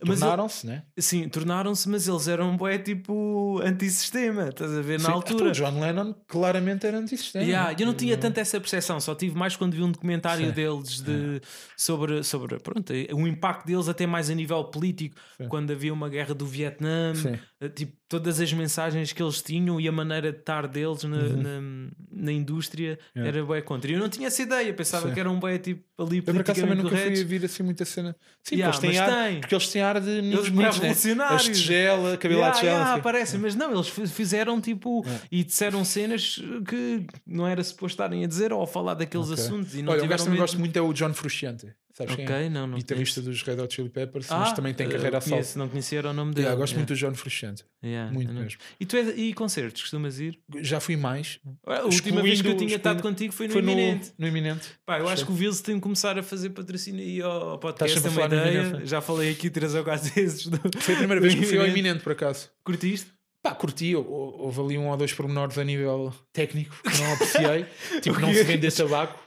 mas eu-
Tornaram-se, né?
Sim, tornaram-se, mas eles eram bué tipo antissistema, estás a ver? Na
Sim. Então,
altura.
o John Lennon claramente era antissistema.
Yeah, eu não tinha tanto essa percepção, só tive mais quando vi um documentário
Uhum. Sim.
deles de, sobre, sobre pronto, o impacto deles, até mais a nível político, quando havia uma guerra do Vietnã,
Sim.
eh, tipo, todas as mensagens que eles tinham e a maneira de estar deles na, na, na indústria
Uhum. Yeah.
era bué contra. E Eu não tinha essa ideia, pensava
Sim.
que era um bué tipo ali
Eu por acaso também
politicamente
nunca fui
corretos.
vir assim muita cena. Sim,
Yeah,
porque, eles têm
mas
ar,
tem.
porque eles têm ar de meninos
Eles
bonitos, né?
revolucionários.
As tigela, cabelo à
Yeah,
tigela.
yeah,
não sei o quê.
aparecem, mas não, eles fi- fizeram tipo
É.
e disseram cenas que não era suposto estarem a dizer ou a falar daqueles
Ok.
assuntos e não
Olha, o
tiveram
gajo que eu
medo.
gosto muito é o John Frusciante. Sabes quem é?
Ok, não, não
Guitarrista dos Red Hot Chili Peppers, mas também tem
eh,
carreira a
conheço,
salto.
Não conhecia era o nome dele.
Yeah, gosto
Yeah,
muito do John Frusciante.
yeah,
muito
eu não-
mesmo.
E, tu és- e concertos, costumas ir?
Já fui mais.
A última vez que eu
Excluindo-
tinha estado
excluindo-
contigo foi no
Foi no,
Iminente.
no Iminente.
Pá, eu acho que o Wilson tem que começar a fazer patrocínio aí ao ao podcast.
Estás
É
sempre
uma
a falar no
ideia.
Iminente.
Já falei aqui três ou quatro vezes. do-
Foi a primeira
do
vez que fui ao Iminente, por acaso.
Curtiste?
Pá, curti, hou- houve ali um ou dois pormenores a nível técnico que não apreciei, tipo,
O
não
quê?
se vender tabaco.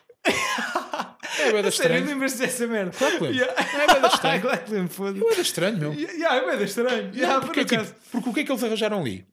É bué
Sério,
da estranho.
lembras-te dessa merda?
Claro que lembro.
Yeah.
Não é bué da estranho.
Claro que lembro, foda-se.
É bué da estranho, meu.
Ya- ya, é bué da estranho. Ya,
Não,
por
porque,
acaso.
tipo, porque o que é que eles arranjaram ali?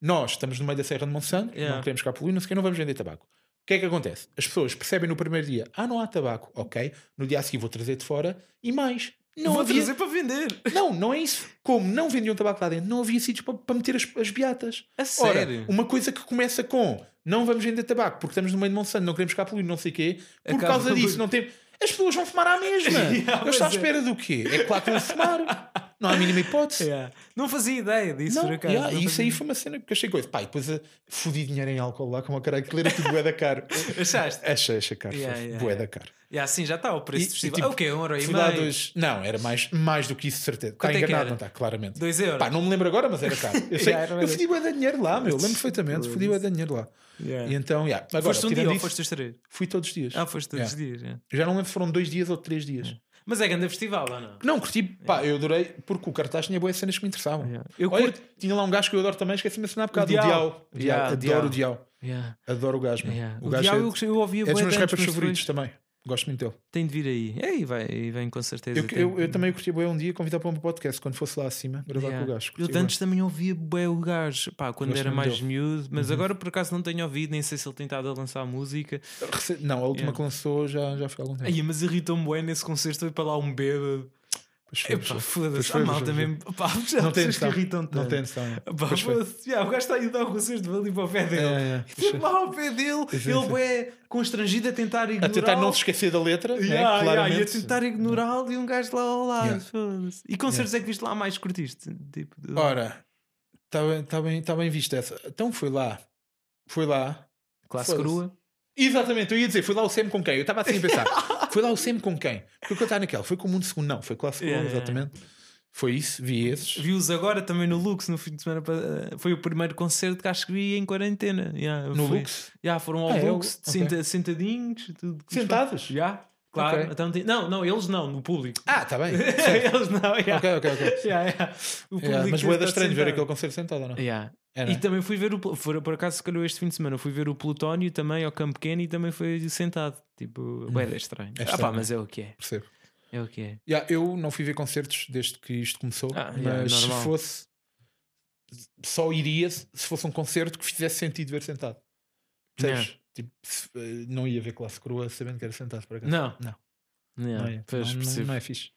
Nós estamos no meio da Serra de Monsanto,
Yeah.
não queremos capulina, não sei o quê, não vamos vender tabaco. O que é que acontece? As pessoas percebem no primeiro dia, ah, não há tabaco, ok, no dia a seguir vou trazer de fora e mais. Não
Vou
havia
trazer para vender.
Não, não é isso. Como não vendiam tabaco lá dentro, não havia sítios para, para meter as, as beatas.
A
Ora,
sério?
uma coisa que começa com não vamos vender tabaco porque estamos no meio de Monsanto, não queremos cá poluir, não sei o quê, por
Acaba
causa
por-
disso não temos. As pessoas vão fumar à mesma.
Yeah,
Eu estou à
pois é.
espera do quê? É claro que vão fumar. Não há a mínima hipótese.
Ya. Não fazia ideia disso,
Não,
por acaso.
yeah,
Não
isso
fazia-
aí foi uma cena que achei coisa. Pá, e depois eh, fodi dinheiro em álcool lá, como a caralho, aquilo era tudo bué da caro.
Achaste?
Achei, achei caro.
Yeah,
foi
yeah,
bué
yeah.
da caro.
Ya, sim, já está o preço do festival. Ah, o quê? Um euro e
tipo, fui lá
meio?
dois- Não, era mais, mais do que isso, de certeza. Está
Quanto é que
enganado,
era?
não está, claramente.
Dois euros?
Pá, não me lembro agora, mas era caro. Eu, sei,
Yeah, era
eu
mesmo.
fodi bué da dinheiro lá, meu. Lembro perfeitamente. Fodi bué da dinheiro lá.
Yeah.
E então, yeah. agora,
foste um dia
tirando
ou
isso,
foste os três?
fui todos os dias.
Ah, foste todos
Yeah.
os dias. yeah.
Já não lembro se foram dois dias ou três dias.
Mas é grande festival, ou não?
Não, curti, pá, eu adorei, porque o cartaz tinha boas cenas que me interessavam.
Yeah. Eu
Olha,
curto-
tinha lá um gajo que eu adoro também, esqueci-me de assinar há bocado. O
Dial.
Dial.
Yeah,
O Dial. Adoro o
Dial.
Dial. Adoro o gajo, meu.
Yeah.
O
O
gajo
Diabo
é-
eu, eu ouvia
é dos
bué
meus
de antes,
rappers
mas
favoritos
depois-
também. Gosto muito dele.
Tem de vir aí. É, e vai, e vem com certeza.
Eu,
é, Tem-
eu, eu também o curti bué um dia convidar para um podcast quando fosse lá acima gravar
Yeah.
com o gajo.
Eu
Curti
de
bué.
antes também ouvia bué o gajo, pá, quando
Gosto
era
muito
mais
dele. Uhum.
miúdo, mas agora por acaso não tenho ouvido, nem sei se ele tem estado a lançar música.
Rece- Não, a última
Yeah.
que lançou já, já foi há algum tempo.
Ai, mas irritou-me bué nesse concerto, foi para lá um bêbado.
Pois foi, pois
Epá,
foi.
foda-se, a
foi,
malta
pois foi.
mesmo. Pá, já
Não tem
pessoas que
noção.
irritam
Não
tanto.
tem noção.
Pá,
Pois foi.
foda-se, já, o gajo está a ir dar um concerto ali para o pé dele.
É, é,
E
pois
Esteve
foi.
lá ao pé dele,
Sim, sim.
ele é constrangido a tentar ignorar.
é A tentar não se esquecer da letra, né,
Yeah, yeah, e a
claramente.
tentar ignorá-lo e um gajo lá ao lado.
Yeah.
foda-se. E concertos é que viste lá mais que curtiste? Tipo, de-
Ora, está bem, tá bem, tá bem vista essa. Então foi lá. Foi lá.
classe
foda-se.
crua.
Exatamente, eu ia dizer, foi lá o SEM com quem? Eu estava assim a pensar, foi lá o SEM com quem? Porque eu estava naquela, foi com o Mundo Segundo, não, foi Clássico,
Yeah, yeah,
exatamente. Foi isso, vi esses.
Vi-os agora também no Lux no fim de semana. pa- eh, Foi o primeiro concerto que acho que vi em quarentena. Yeah, eu
No
fui.
Lux?
Yeah, foram ao
Ah, é,
Lux,
ok.
senta- sentadinhos. Tudo,
Sentados?
Já, claro.
Ok.
Então, tem- não, não, eles não, no público.
Ah, está bem.
eles não, yeah.
ok, ok, ok.
Yeah, yeah. O
Yeah,
público
mas boeda
está
estranho ver
sentado.
aquele concerto sentado ou não?
Yeah.
É, não
E então-
é?
também fui ver o. Plu- Por, por acaso, se calhou este fim de semana, fui ver o Plutónio também ao Campo Pequeno e também foi sentado. Tipo, ué, é estranho.
É
ah, pá,
estranho.
mas é o que é.
Percebo.
É o que é.
Yeah, eu não fui ver concertos desde que isto começou,
Ah,
mas
yeah,
se
normal.
fosse, só iria se se fosse um concerto que fizesse sentido ver sentado. Percebes?
Yeah.
Tipo, se- eh, não ia ver classe crua sabendo que era sentado para cá.
Não.
Não.
Yeah,
não, ia.
pois,
Não- não-
percebo.
não é fixe.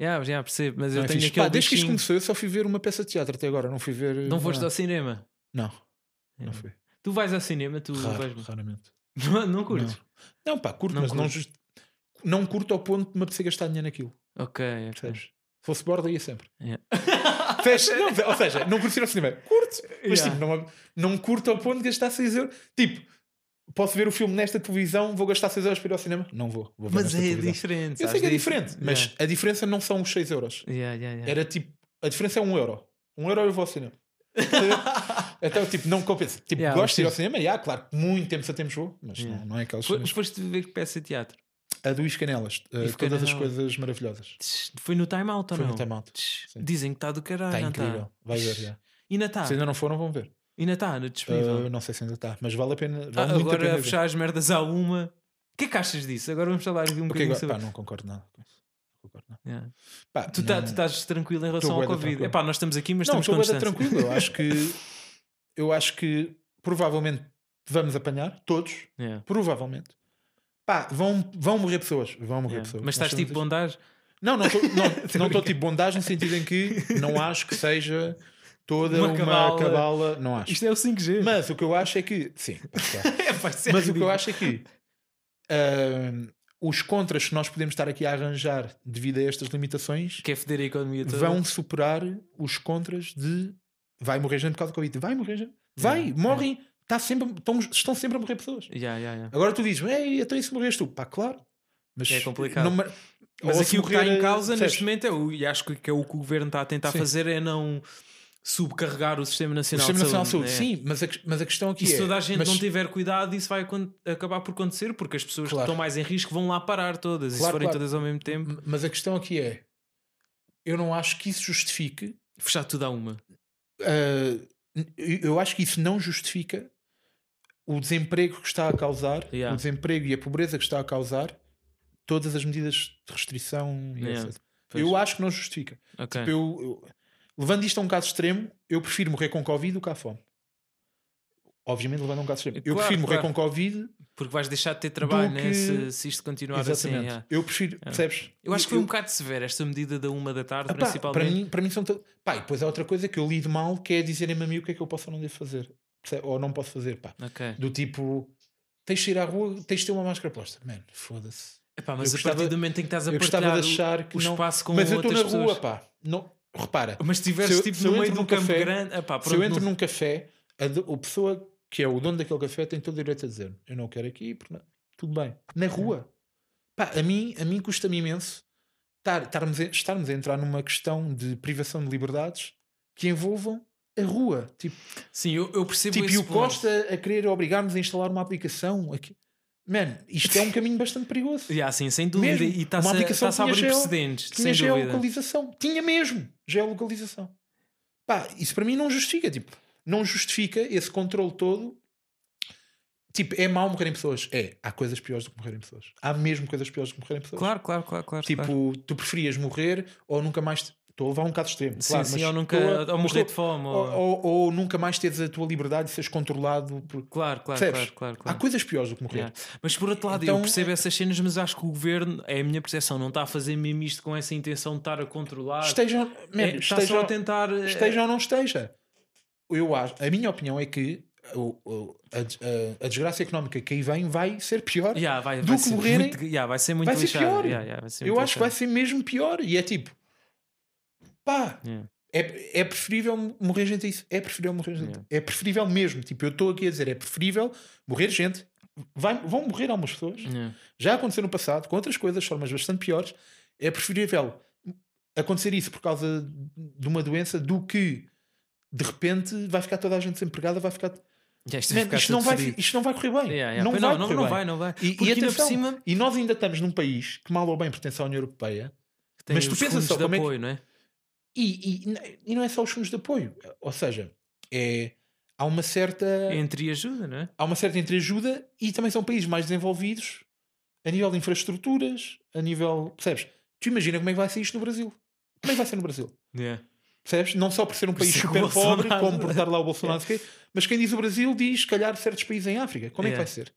Yeah, yeah, percebo, mas
Não
eu
é
tenho
fixe.
aquele.
Pá, desde que isto
bichinho-
começou, eu só fui ver uma peça de teatro até agora. Não fui ver.
Não foste
nada.
ao cinema?
Não,
É.
não fui.
Tu vais ao cinema, tu
Raro,
vais.
raramente.
Não, não curtes?
Não, não pá, curto,
Não
mas não,
curto.
just- não curto ao ponto de me apetecer gastar dinheiro naquilo.
Ok, ok.
Percebes? Se fosse borda, ia sempre.
Yeah.
Percebes? Não, ou seja, não curto ir ao cinema. Curto, mas
Yeah.
tipo, não, não curto ao ponto de gastar 6 euros. Tipo, posso ver o filme nesta televisão, vou gastar 6 euros para ir ao cinema? Não vou. vou ver
Mas
nesta
é
televisão.
diferente.
Eu sei
sabes
que é
disso?
diferente, mas
Yeah.
a diferença não são os 6 euros.
Yeah, yeah, yeah.
Era tipo, a diferença é 1 euro. 1 euro eu vou ao cinema. então, tipo, não compensa. Tipo,
Yeah,
gosto de ir ao
preciso.
cinema, yeah, claro, muito tempo já temos vou, mas
Yeah.
não, não é aquelas
Foi,
cenas.
foste ver que peça de teatro?
A do Iscanelas,
Yves
uh, todas as
Canelas.
coisas maravilhosas.
Tch, Foi no Time Out ou
Foi
não?
no Time Out,
Tch,
sim.
Dizem que está do caralho.
Está
não
Tá
tá?
incrível, vai ver.
Tch,
yeah.
Ainda está.
Se ainda não foram, vão ver.
Ainda está no tá? é disponível.
Uh, não sei se ainda está, mas vale a pena.
Ah,
Vale muito a
agora
pena
a
ver.
fechar as merdas a uma. O que é que achas disso? Agora vamos falar aqui um
Porque
bocadinho
agora, pá,
sobre.
não concordo nada com isso. Não concordo nada.
Yeah.
Pá,
Tu,
não-
tá- tu estás tranquilo em relação
Tô
ao
bué da
Covid.
tranquilo.
Epá, nós estamos aqui, mas
não,
estamos com
estou bem
distância.
tranquilo. Eu acho que eu acho que provavelmente vamos apanhar todos,
Yeah,
provavelmente. Pá, vão, vão morrer pessoas. Vão morrer
yeah.
pessoas.
Mas estás
Nós temos
tipo
isto.
bondage?
Não, não estou não, não estou tipo bondagem no sentido em que não acho que seja toda
Uma
uma,
cabala.
cabala. Não acho.
Isto é o 5G.
Mas o que eu acho é que. Sim, pá, claro.
É, vai ser
Mas o que
ridículo.
eu acho é que ahm, os contras que nós podemos estar aqui a arranjar devido a estas limitações
Quer é foder a economia toda.
vão superar os contras de vai morrer gente por causa do Covid. Vai morrer gente. Vai, morrem. Tá sempre, estão, estão sempre a morrer pessoas.
Yeah, yeah, yeah.
Agora tu dizes, Ei, então até isso morres tu. Pá, claro. Mas
É complicado.
não me-
Mas
ou se
aqui o que está
morrer,
em causa
percebes?
neste momento é o, e acho que é o que o governo está a tentar
Sim.
fazer é não subcarregar o Sistema
O
Nacional
Sistema
de
Nacional de
Saúde.
Saúde,
né?
sim, mas a, mas a questão aqui
E
é.
se toda a gente
mas-
não tiver cuidado, isso vai acon- acabar por acontecer, porque as pessoas
Claro.
que estão mais em risco vão lá parar todas. e se
Claro,
forem
claro.
todas ao mesmo tempo,
Mas a questão aqui é. Eu não acho que isso justifique
fechar tudo a uma.
Uh, eu eu acho que isso não justifica o desemprego que está a causar,
Yeah.
o desemprego e a pobreza que está a causar, todas as medidas de restrição e
Yeah,
etc.
pois.
Eu acho que não justifica.
Ok.
Tipo, eu- eu- levando isto a um caso extremo, eu prefiro morrer com Covid do que à fome. Obviamente, levando a um caso extremo. eu
Claro,
prefiro morrer
claro.
com Covid.
Porque vais deixar de ter trabalho,
Do
né?
que-
Se, se isto continuar
Exatamente.
assim. yeah.
Eu prefiro, percebes?
Eu acho que foi um bocado severo esta medida da uma da tarde,
Ah, pá,
principalmente.
para mim, para mim são to- pá, e depois há outra coisa que eu lido mal que é dizerem-me a mim o que é que eu posso ou não devo fazer percebe? ou não posso fazer pá.
Ok.
do tipo tens de ir à rua, tens de ter uma máscara posta. Mano, foda-se.
Epá, mas
eu
a partir
gostava-
do momento em que estás a
Eu gostava
partilhar
de
o-
achar que
o
não.
espaço com
mas eu estou
outras
na
pessoas.
rua, pá. Não, repara.
Mas se estiveres
Se eu-
tipo
se eu
no meio
entro
de um
num
campo
café-
grande, epá,
se eu
pronto,
entro
não-
num café, a, do- a pessoa que é o dono daquele café tem todo o direito a dizer eu não quero aqui, porque não- tudo bem. Na rua. Pá, a mim, a mim custa-me imenso estar, estarmos, a, estarmos a entrar numa questão de privação de liberdades que envolvam a rua. Tipo,
Sim, eu, eu percebo
Tipo, e
esse
o
ponto.
Costa a querer obrigar-nos a instalar uma aplicação aqui. Mano, isto é um caminho bastante perigoso.
Yeah, sim, sem dúvida.
Mesmo.
E está-se a,
Uma aplicação
está-se a
tinha
abrir
geo-
precedentes,
Tinha
sem dúvida.
geolocalização. Tinha mesmo geolocalização. Pá, isso para mim não justifica. Tipo, não justifica esse controle todo. Tipo, é mau morrerem pessoas? É, há coisas piores do que morrerem pessoas. Há mesmo coisas piores do que morrerem pessoas.
Claro, claro, claro, claro.
Tipo,
claro.
tu preferias morrer ou nunca mais. te- Estou a levar um bocado extremo.
Sim,
claro,
sim,
mas
ou nunca-
estou a-
ou
mas
morrer
estou-
de fome,
Ou, um
ou-
ou- ou nunca mais teres a tua liberdade e seres controlado por.
claro, claro,
Percebes?
claro, claro,
Há
claro.
coisas piores do que morrer.
Yeah. Mas por outro lado, eu
Então-
percebo essas cenas, mas acho que o governo, é a minha percepção, não está a fazer mesmo isto com essa intenção de estar a controlar.
Estejam. Man,
É, está só
estejam-
a tentar. eh,
esteja ou não esteja. Eu acho, a minha opinião é que o- o- a, des- a- a desgraça económica que aí vem vai ser pior
Yeah, vai,
do
vai
que
ser
morrerem.
muito, yeah, vai ser muito
vai ser
lixado.
pior.
Yeah, yeah, vai ser
eu
é muito
acho que vai ser mesmo pior. E é tipo, pá,
Yeah.
é, é preferível morrer gente a isso. É preferível morrer gente.
Yeah.
É preferível mesmo. Tipo, eu estou aqui a dizer, é preferível morrer gente. Vai- vão morrer algumas pessoas.
lixado. Yeah.
Já aconteceu no passado, com outras coisas, de formas bastante piores. É preferível acontecer isso por causa de uma doença do que de repente vai ficar toda a gente desempregada, vai ficar.
Yeah, isto vai
Man,
ficar
isto, não
tudo
vai,
fedido.
isto não vai correr bem.
Yeah, yeah.
Não,
Pois
vai
não, não,
correr
não
bem.
vai, não vai.
E,
Porque
e,
ainda por
atenção,
cima
e nós ainda estamos num país que mal ou bem pertence à União Europeia
tem
Mas tu
os
pensa
fundos
só
de
como é que-
apoio, não é?
e, e, e não é só os fundos de apoio. Ou seja, é, há uma certa.
Entre ajuda, não é?
há uma certa entreajuda e também são países mais desenvolvidos a nível de infraestruturas, a nível. Percebes? Tu imagina como é que vai ser isto no Brasil? Como é que vai ser no Brasil?
Yeah.
Percebes? Não só por ser um país
ser o
super pobre,
Bolsonaro.
como por estar lá o Bolsonaro, não sei o quê, mas quem diz o Brasil diz, se calhar, certos países em África. Como é que
Yeah.
vai ser?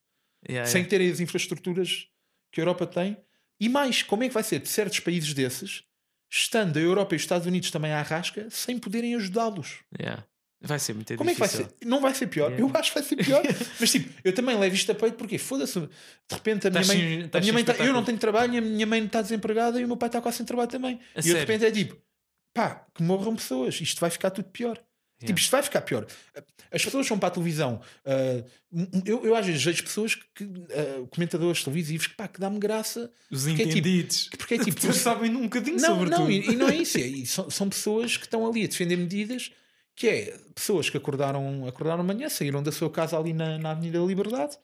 Yeah,
Sem
yeah.
terem as infraestruturas que a Europa tem. E mais, como é que vai ser de certos países desses, estando a Europa e os Estados Unidos também à rasca, sem poderem ajudá-los?
Yeah. Vai ser muito
Como é que vai
difícil. É.
ser? Não vai ser pior.
Yeah.
Eu acho que vai ser pior. Mas tipo, eu também levo isto a peito porque foda-se. De repente a minha
Estás sem-
mãe. A
estás
minha
sem
mãe tá- eu não
espetáculo.
tenho trabalho, a minha mãe está desempregada e o meu pai está quase sem trabalho também.
A
e eu,
sério?
de repente é tipo, pá, que morram pessoas. Isto vai ficar tudo pior. Tipo, isto vai ficar pior. As pessoas vão para a televisão. ah, eu, eu às vezes vejo pessoas que, ah, comentadores televisivos que, pá, que dá-me graça.
Os
Porque é tipo-
entendidos.
Porque é tipo.
Eles sabem um bocadinho
Não,
sobre
não,
tudo.
e, e não é isso. é- e são, são pessoas que estão ali a defender medidas que é pessoas que acordaram, acordaram amanhã, saíram da sua casa ali na, na Avenida da Liberdade,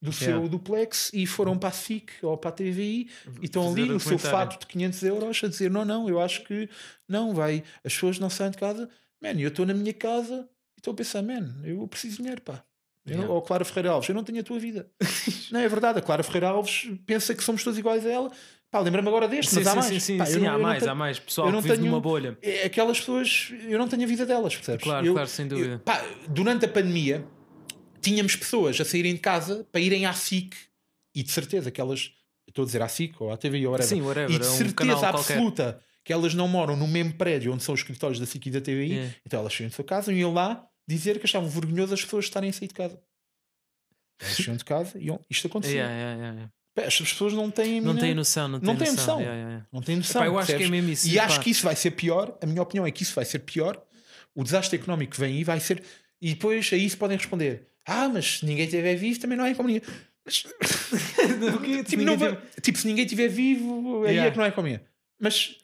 do seu
Yeah.
duplex e foram para a SIC ou para a TVI e estão
Fazer
ali no seu
documentário.
fato de 500 euros a dizer: Não, não, eu acho que não, vai, as pessoas não saem de casa. Man, eu estou na minha casa e estou a pensar: Man, eu preciso de dinheiro, pá. Eu,
Yeah.
Ou Clara Ferreira Alves, eu não tenho a tua vida. não, é verdade, a Clara Ferreira Alves pensa que somos todos iguais a ela. Pá, lembra-me agora deste,
Sim,
mas há
sim,
mais.
sim, sim,
Pá, eu
sim,
não-
há
eu não
mais,
tenho-
há mais. Pessoal
eu
que
não
vive
tenho-
numa bolha.
é, Aquelas pessoas, eu não tenho a vida delas, percebes?
Claro,
eu,
claro, sem dúvida.
eu- pá, durante a pandemia, tínhamos pessoas a saírem de casa para irem à SIC e de certeza que elas, estou a dizer à SIC ou à TV ou whatever,
Sim, whatever,
e
é
de
um
certeza
canal qualquer.
absoluta que elas não moram no mesmo prédio onde são os escritórios da SIC e da TVI,
Yeah.
então elas saíram de sua casa e iam lá dizer que achavam vergonhoso as pessoas estarem a sair de casa. Elas saíram de casa e iam- isto aconteceu.
Yeah, yeah, yeah, yeah.
Pá, Estas pessoas não têm a
É, Não
mínima-
tem noção, não tem
não tem noção.
Yeah, yeah, yeah.
não têm noção.
Epá, eu acho que
percebes?
é mesmo isso,
E
epá.
acho que isso vai ser pior. A minha opinião é que isso vai ser pior. O desastre económico que vem aí vai ser. E depois a isso podem responder: Ah, mas se ninguém estiver vivo, também não é economia. Mas, tipo, não vai- tipo, se ninguém estiver vivo, aí
Yeah.
é que não é economia. Mas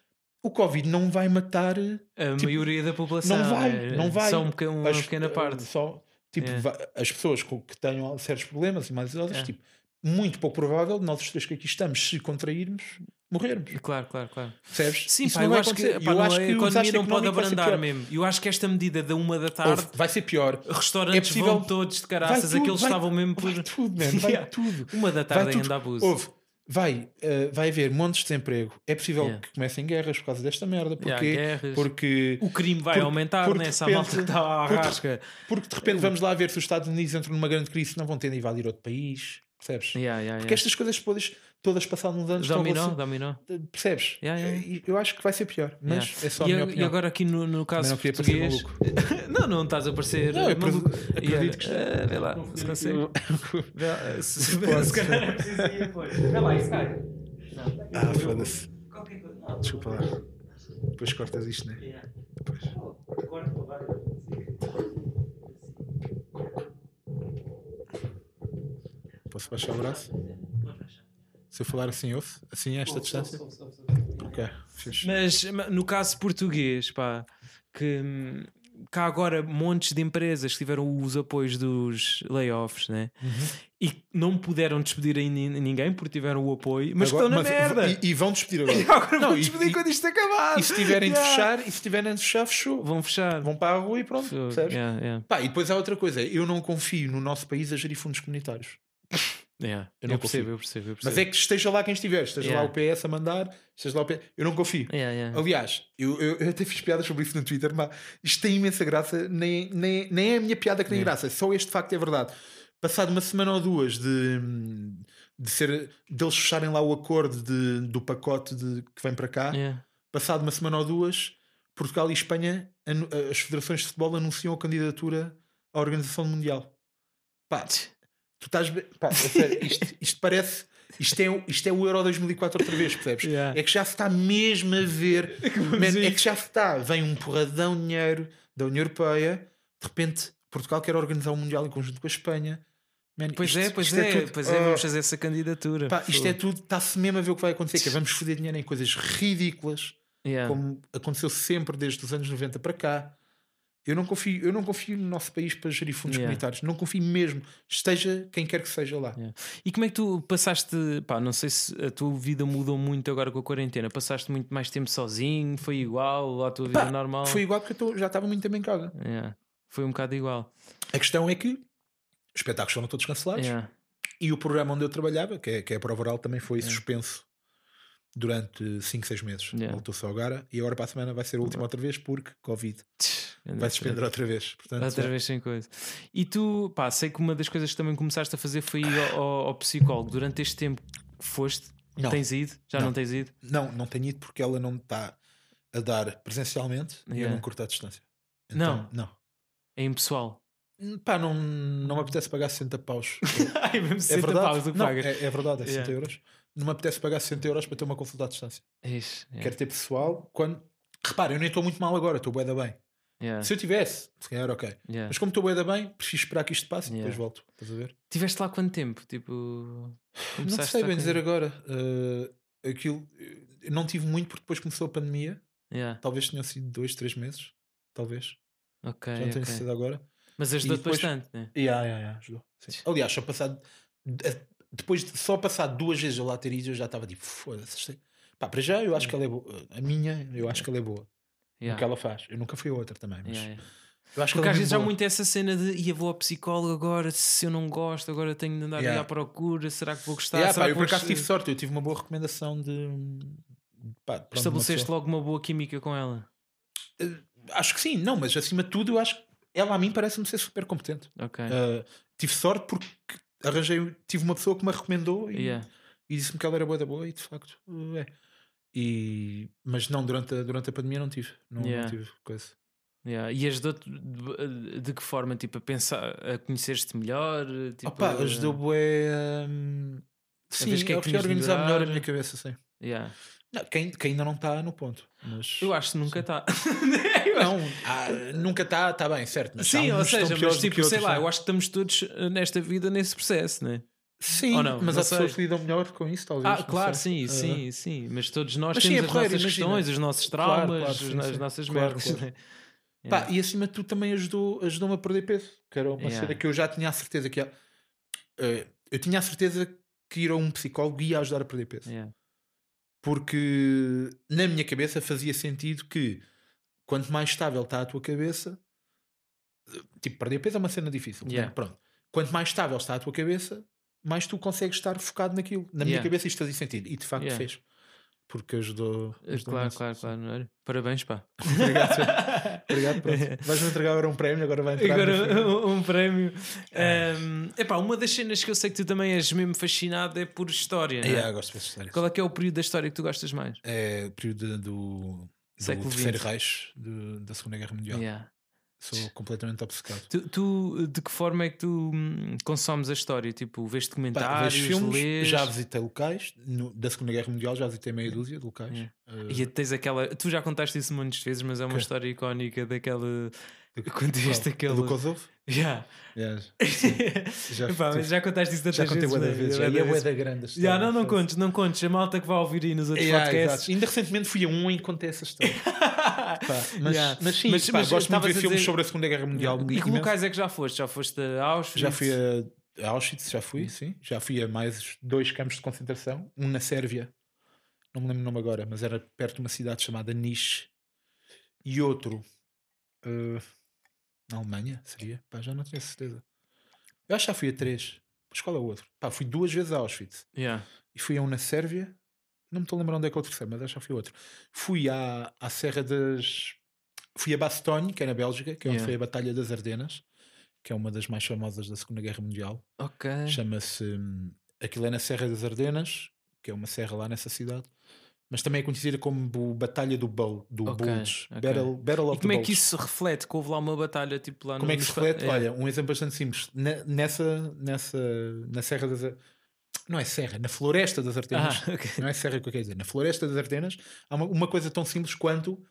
o Covid não vai matar. Não
A
Tipo,
maioria da população
vai.
é-
Não vai.
Só um pequeno- uma
As-
pequena parte.
Só, tipo,
Yeah.
vai- as pessoas com, que tenham certos problemas e mais idosas,
Yeah.
tipo, muito pouco provável de nós os três que aqui estamos, se contrairmos, morrermos.
Claro, claro, claro.
Percebes?
Sim,
Isso
pá,
não
eu
vai
acho que,
acontecer.
pá,
Eu
não-
acho
a
que o
economia
desastre
não pode
económico vai ser
abrandar
pior.
mesmo. Eu acho que esta medida da uma da tarde,
Ouve, vai ser pior.
restaurantes
É possível-
vão todos de caraças,
Vai tudo,
aqueles
vai-
estavam mesmo por.
Vai tudo, man, vai
Yeah.
tudo.
Uma da
Vai
tarde
tudo.
ainda abuso.
Ouve, vai, eh, vai haver montes de desemprego. É possível
Yeah.
que comecem guerras por causa desta merda. Porque,
Yeah, guerras.
porque,
O crime vai
Porque-
aumentar
porque de
nessa
repente-
malta que tá está à
porque-
rasca.
porque de repente vamos lá ver se os Estados Unidos entram numa grande crise, não vão ter de invadir outro país. Percebes?
Yeah, yeah,
Porque
yeah.
estas coisas todas, todas passadas nos anos estão
Dominó,
relacion-
dominó.
Percebes?
Yeah, yeah.
Eu acho que vai ser pior, mas
Yeah.
é só a
e,
minha
a-
opinião.
e agora aqui no, no caso
Também não queria
português...
parecer
não, não estás a parecer
Não, eu
eh, maluco.
acredito- acredito
Yeah,
que-
eh, vê lá, se consegue. Vê lá, eh, se- Se se calhar é preciso ir depois. Vê lá, isso cai.
Ah, foda-se. Desculpa lá. Depois cortas isto, né? Posso baixar o braço? Se eu falar assim, ouve? Assim a esta distância? Ok, fixe.
Mas ma- no caso português, pá, que, hum, cá agora montes de empresas que tiveram os apoios dos layoffs, né?
Uhum.
E não puderam despedir a nin- ninguém porque tiveram o apoio, mas
Agora-
estão na merda.
E, e vão despedir agora.
E agora
Não,
vão
e-
despedir
e-
quando isto acabar.
E se tiverem de
Yeah.
fechar, e se tiverem de fechar, fechou.
vão fechar.
Vão para a rua e pronto,
Fogo,
percebes?
yeah, yeah,
Pá, e depois há outra coisa, eu não confio no nosso país a gerir fundos comunitários.
yeah.
Eu
Eu,
não
percebo,
confio.
eu percebo, eu
Mas
percebo.
é que esteja lá quem estiver, esteja
Yeah.
lá o PS a mandar, esteja lá o PS. Eu não confio.
Yeah, yeah.
Aliás, eu, eu- eu até fiz piadas sobre isso no Twitter, mas isto tem imensa graça, nem, nem, nem é a minha piada que tem graça, só este facto é verdade. Passado uma semana ou duas de, de ser deles fecharem lá o acordo de- do pacote de- que vem para cá,
Yeah.
passado uma semana ou duas, Portugal e Espanha, anu- eh, as federações de futebol anunciam a candidatura à Organização Mundial. Pá, tu estás. be- Pá, a sério, isto, isto parece. Isto é, o- isto é o Euro 2004 outra vez, percebes?
Yeah.
É que já se está mesmo a ver. Man, é que já se está. Vem um porradão de dinheiro da União Europeia. De repente, Portugal quer organizar o Mundial em conjunto com a Espanha. Man,
Pois
isto-
é, pois
isto
é,
tudo-
pois é,
Oh.
vamos fazer essa candidatura.
Pá, isto é
Fogo.
tudo, está-se mesmo a ver o que vai acontecer. Que é, vamos foder dinheiro em coisas ridículas,
Yeah.
como aconteceu sempre desde os anos 90 para cá. Eu não confio, eu não confio no nosso país para gerir fundos
Yeah.
comunitários. Não confio mesmo. Esteja quem quer que seja lá.
Yeah. E como é que tu passaste? Pá, não sei se a tua vida mudou muito agora com a quarentena. Passaste muito mais tempo sozinho? Foi igual à tua vida
Pá,
normal?
Foi igual porque eu tô- já estava muito também em casa.
Yeah. Foi um bocado igual.
A questão é que os espetáculos foram todos cancelados
Yeah.
e o programa onde eu trabalhava, que é, que é a prova oral, também foi suspenso durante 5, 6 meses.
Yeah.
Voltou só agora e agora para a semana vai ser a última outra vez porque Covid
Tch,
vai suspender outra vez. Portanto,
Outra
é.
vez sem coisa. E tu, pá, sei que uma das coisas que também começaste a fazer foi ir ao, ao- ao psicólogo. Durante este tempo que foste,
Não.
tens ido? Já não,
Não.
tens ido?
Não, não tenho ido porque ela não está a dar presencialmente e eu
Yeah.
não curto a distância. Então,
Não.
Não. Hum,
É impessoal.
Pá, não, não me apetece pagar 60 paus.
Ai, mesmo
é
60
verdade.
paus o que
não, é,
pagas.
é verdade, é 60
Yeah.
euros. Não me apetece pagar 60 euros para ter uma consulta à distância.
Ixi, É yeah,
Quero ter pessoal quando. Repara, eu nem estou muito mal agora, estou bué da bem.
yeah,
Se eu tivesse, se calhar ok.
yeah.
Mas como estou bué da bem, prefiro esperar que isto passe e
Yeah.
depois volto. Estás a ver?
Tiveste lá quanto tempo? Tipo.
não
começaste
sei
a
bem
com-
dizer agora. Uh, aquilo. eu Não tive muito porque depois começou a pandemia.
Yeah,
Talvez tenham sido dois, três meses. Talvez.
ok,
Já não tenho
ok.
certeza agora.
Mas ajudou-te
depois-
bastante, né?
Yeah, yeah, yeah, ajudou. Sim. Aliás, só passado. de- eh, Depois de só passar duas vezes eu lá ter ido, eu já estava tipo, foda-se. isto é- Pá, para já eu acho que ela é boa. A minha, eu acho que ela é boa. No
Hum. Yeah,
que ela faz. Eu nunca fui a outra também, mas.
yeah, yeah.
Eu acho que
Porque
ela é
às vezes há
boa.
muito essa cena de ia vou ao psicólogo agora, se eu não gosto, agora tenho de andar
Yeah.
aí à procura, será que vou gostar?
Yeah,
Será
pá,
que
eu por
vou
acaso
gostar?
tive sorte, eu tive uma boa recomendação de. Pá, pronto,
Estabeleceste
uma
logo uma boa química com ela.
pessoa- Acho que sim, não, mas acima de tudo eu acho que ela a mim parece-me ser super competente.
Ok.
Uh, tive sorte porque arranjei, tive uma pessoa que me recomendou e,
Yeah.
e disse-me que ela era boa da boa e de facto uh, é. E, mas não, durante a, durante a pandemia não tive. Não, não
Yeah.
tive coisa.
Yeah. E ajudou-te de, de que forma? Tipo, a pensar, a conhecer-te melhor? Tipo,
Opa, ajudou bué. hum, sim,
vês que é
a
que tinhas de
reorganizar
melhorar.
melhor a minha cabeça, sim.
Yeah.
Não, quem, quem ainda não está no ponto. Mas...
Eu acho que nunca tá está.
Não, ah, nunca está, está bem, certo. mas
Sim,
há
ou
uns que estão
seja, mas
piores do
tipo,
que
sei
outros,
lá,
não é?
eu acho que estamos todos eh, nesta vida nesse processo, né?
Sim,
Ou não?
mas
Não
há pessoas
sei.
que lidam melhor com isso, talvez.
Ah,
não
claro,
sei.
sim, sim, sim. Mas todos nós
Mas sim,
temos
é
as
porreiro,
nossas
imagina.
questões, os nossos
Claro,
traumas,
claro,
as-
sim,
as,
sim.
nossas
Claro,
merdas.
claro.
né?
Ah, pá, e acima de tudo também ajudou- ajudou-me a perder peso, que era uma
Yeah.
cena que eu já tinha a certeza que. ia- eh, eu tinha a certeza que ir a um psicólogo ia ajudar a perder peso.
Yeah.
Porque na minha cabeça fazia sentido que quanto mais estável está a tua cabeça, tipo, perder peso é uma cena difícil.
Yeah.
né? Pronto. Quanto mais estável está a tua cabeça, mais tu consegues estar focado naquilo. Na minha
Yeah.
cabeça isto fazia sentido. E de facto
Yeah.
fez. Porque ajudou.
Eh,
ajudou
Claro,
imenso.
claro, claro. Olha, Parabéns, pá.
Obrigado, senhor. Obrigado, pronto. Vais-me entregar agora um prémio, agora vai entrar.
Agora um, um prémio. Um, epá, uma das cenas que eu sei que tu também és mesmo fascinado é por história. não é?
Yeah, gosto dessas histórias.
Qual é que é o período da história que tu gostas mais?
É o período do, do
Século
terceiro
XX.
Reich do- da Segunda Guerra Mundial.
Yeah.
Sou completamente obcecado.
Tu, tu, de que forma é que tu hum, consomes a história? Tipo, vês
Pá,
documentários,
vejo filmes,
lês?
já visitei locais no- da Segunda Guerra Mundial, já visitei meia dúzia de locais.
Yeah.
Uh,
E tens aquela. Tu já contaste isso muitas vezes, mas é uma
Ok.
história icónica daquela. Quando viste aquele.
Do Kosovo?
Yeah.
Yeah.
Já,
Já-
mas já contaste isso tantas
Já contei
vezes.
bué da
mano.
vezes.
Bué
E
da
é bué
vezes.
da grande a
Já,
história.
não, não contes, não contes. A malta que vai ouvir aí nos outros
Yeah,
podcasts.
exato. Ainda recentemente fui a um e contei essa história. Pá, mas,
Yeah.
mas sim,
Mas-
pá,
mas
gosto muito
estavas
de
a
ver filmes
dizer-
sobre a Segunda Guerra Mundial.
E que
imenso.
locais é que já foste? Já foste a Auschwitz?
Já fui a a Auschwitz, já fui, sim. Já fui a mais dois campos de concentração. Um na Sérvia, não me lembro o nome agora, mas era perto de uma cidade chamada Niš. E outro eh, na Alemanha, seria? Pá, já não tenho certeza. Eu acho que já fui a três. Mas qual é o outro? Pá, fui duas vezes a Auschwitz.
Yeah.
E fui a um na Sérvia. Não me estou a lembrar onde é que é o terceiro, mas acho que já fui a outro. Fui à, à Serra das. Fui a Bastogne, que é na Bélgica, que é onde
Yeah.
foi a Batalha das Ardenas, que é uma das mais famosas da Segunda Guerra Mundial.
Ok.
Chama-se. hum, Aquilo é na Serra das Ardenas, que é uma serra lá nessa cidade, mas também é conhecida como bu- Batalha do, Bol, do
Ok,
Bulge.
ok.
Battle, Battle
E
of the
como é que
Bulge.
isso se reflete? Que houve lá uma batalha tipo lá
Como
no
é que se
nos-
reflete?
É.
Olha, um exemplo bastante simples. Na- nessa, nessa, na Serra das. Ar- Não é Serra, na Floresta das Ardenas.
Ah, ok.
Não é Serra que eu quero dizer. Na Floresta das Ardenas há uma, uma coisa tão simples quanto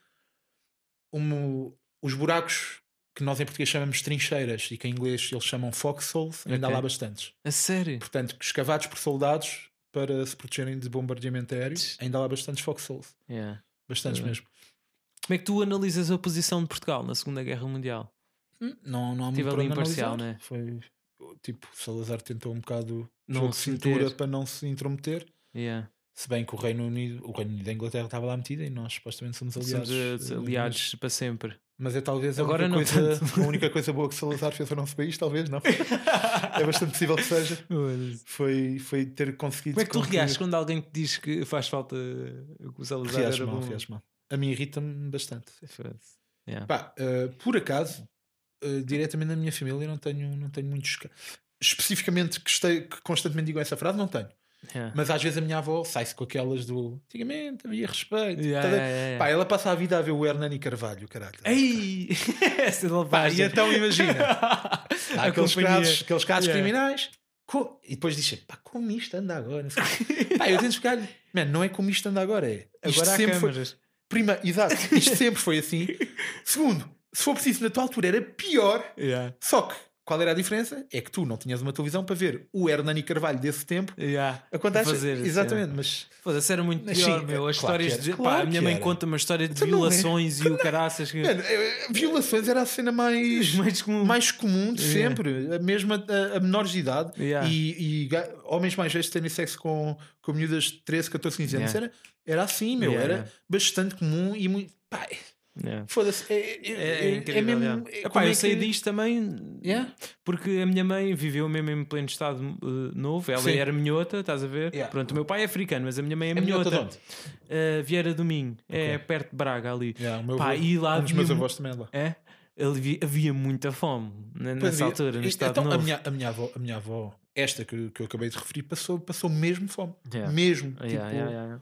um- os buracos que nós em português chamamos trincheiras e que em inglês eles chamam foxholes, ainda há
Ok.
lá bastantes.
A sério?
Portanto, escavados por soldados para se protegerem de bombardeamento aéreo,
Tch.
ainda há lá bastantes foxholes.
Yeah.
Bastantes
Tá bem.
mesmo.
Como é que tu analisas a posição de Portugal na Segunda Guerra Mundial?
Não, não há
Estive
muito
ali
para analisar.
imparcial, né?
Foi tipo, Salazar tentou um bocado
Não
jogo de
se meter.
cintura para não se intrometer.
Yeah.
Se bem que o Reino Unido, o Reino Unido da Inglaterra estava lá metido e nós supostamente somos aliados.
Somos eh,
eh,
aliados para sempre.
Mas é talvez a,
Agora
única,
não
coisa,
tanto.
a única coisa boa que Salazar fez ao nosso país, talvez não. é bastante possível que seja.
Como
Foi, foi ter conseguido.
é que tu
construir-
reages quando alguém te diz que faz falta eh, que o Salazar
Reajo
era
mal,
bom?
reajo mal. A mim irrita-me bastante.
Foda-se. Yeah.
Pá, eh, por acaso, eh, diretamente na minha família, não tenho, não tenho muitos. ca- Especificamente que, este- que constantemente digo essa frase, não tenho.
Yeah.
Mas às vezes a minha avó sai-se com aquelas do. Antigamente havia respeito.
Yeah,
Tá-
yeah, yeah,
Pá,
yeah.
ela passa a vida a ver o Hernani Carvalho, caralho.
Ei! Essa é
Pá, e
lavagem.
então imagina. Há
A
aqueles
companhia.
casos, aqueles casos
Yeah.
criminais. Co- E depois diz pá, como isto anda agora? Não sei o quê. pá, eu tento ficar mano, não é como isto anda agora, é. Isto
Agora há
sempre foi.
câmaras.
Prima, exato, isto sempre foi assim. Segundo, se for preciso, na tua altura era pior.
Yeah.
Só que, qual era a diferença? É que tu não tinhas uma televisão para ver o Hernani Carvalho desse tempo.
Yeah.
Acontece.
Fazer isso,
Exatamente, mas
yeah. Foda-se, era muito
Mas
pior,
sim,
meu. As
claro que
histórias
era,
de.
claro
pá, a minha
que
mãe
era.
conta uma história de
Então não é.
violações e o caraças. Que...
Mano, eh, violações era a cena mais,
Mais um- comum.
mais comum de
Yeah.
sempre, a mesma a, a menores de idade
Yeah.
e, e ga- homens mais velhos terem sexo com, com miúdas de 13, 14, 15 anos.
Yeah.
Era, era assim, meu,
Yeah,
era
yeah.
bastante comum e muito. Pá,
Yeah.
foda-se, é, é,
É,
é- é
incrível.
mesmo.
yeah.
é-
Epá,
como
eu
é
sei
que-
disto é também
Yeah. É
porque a minha mãe viveu mesmo em pleno estado eh, novo. Ela
Sim.
era minhota, estás a ver?
Yeah.
Pronto, o meu pai é africano, mas a minha mãe é,
É melhor
minhota.
de onde?
Eh, Vieira do Minho, é perto de Braga ali.
Yeah, o meu
Pá,
avô-
e lá
um dos
havia
meus
mu-
avós também é lá.
É? Ali vi- havia muita fome na-
Pois
nessa
é,
altura, no
e-
estado
então, a,
novo.
minha, a, minha avó, a minha avó, esta que, que eu acabei de referir, passou, passou mesmo fome.
Yeah.
Mesmo.
Yeah,
tipo,
yeah, yeah.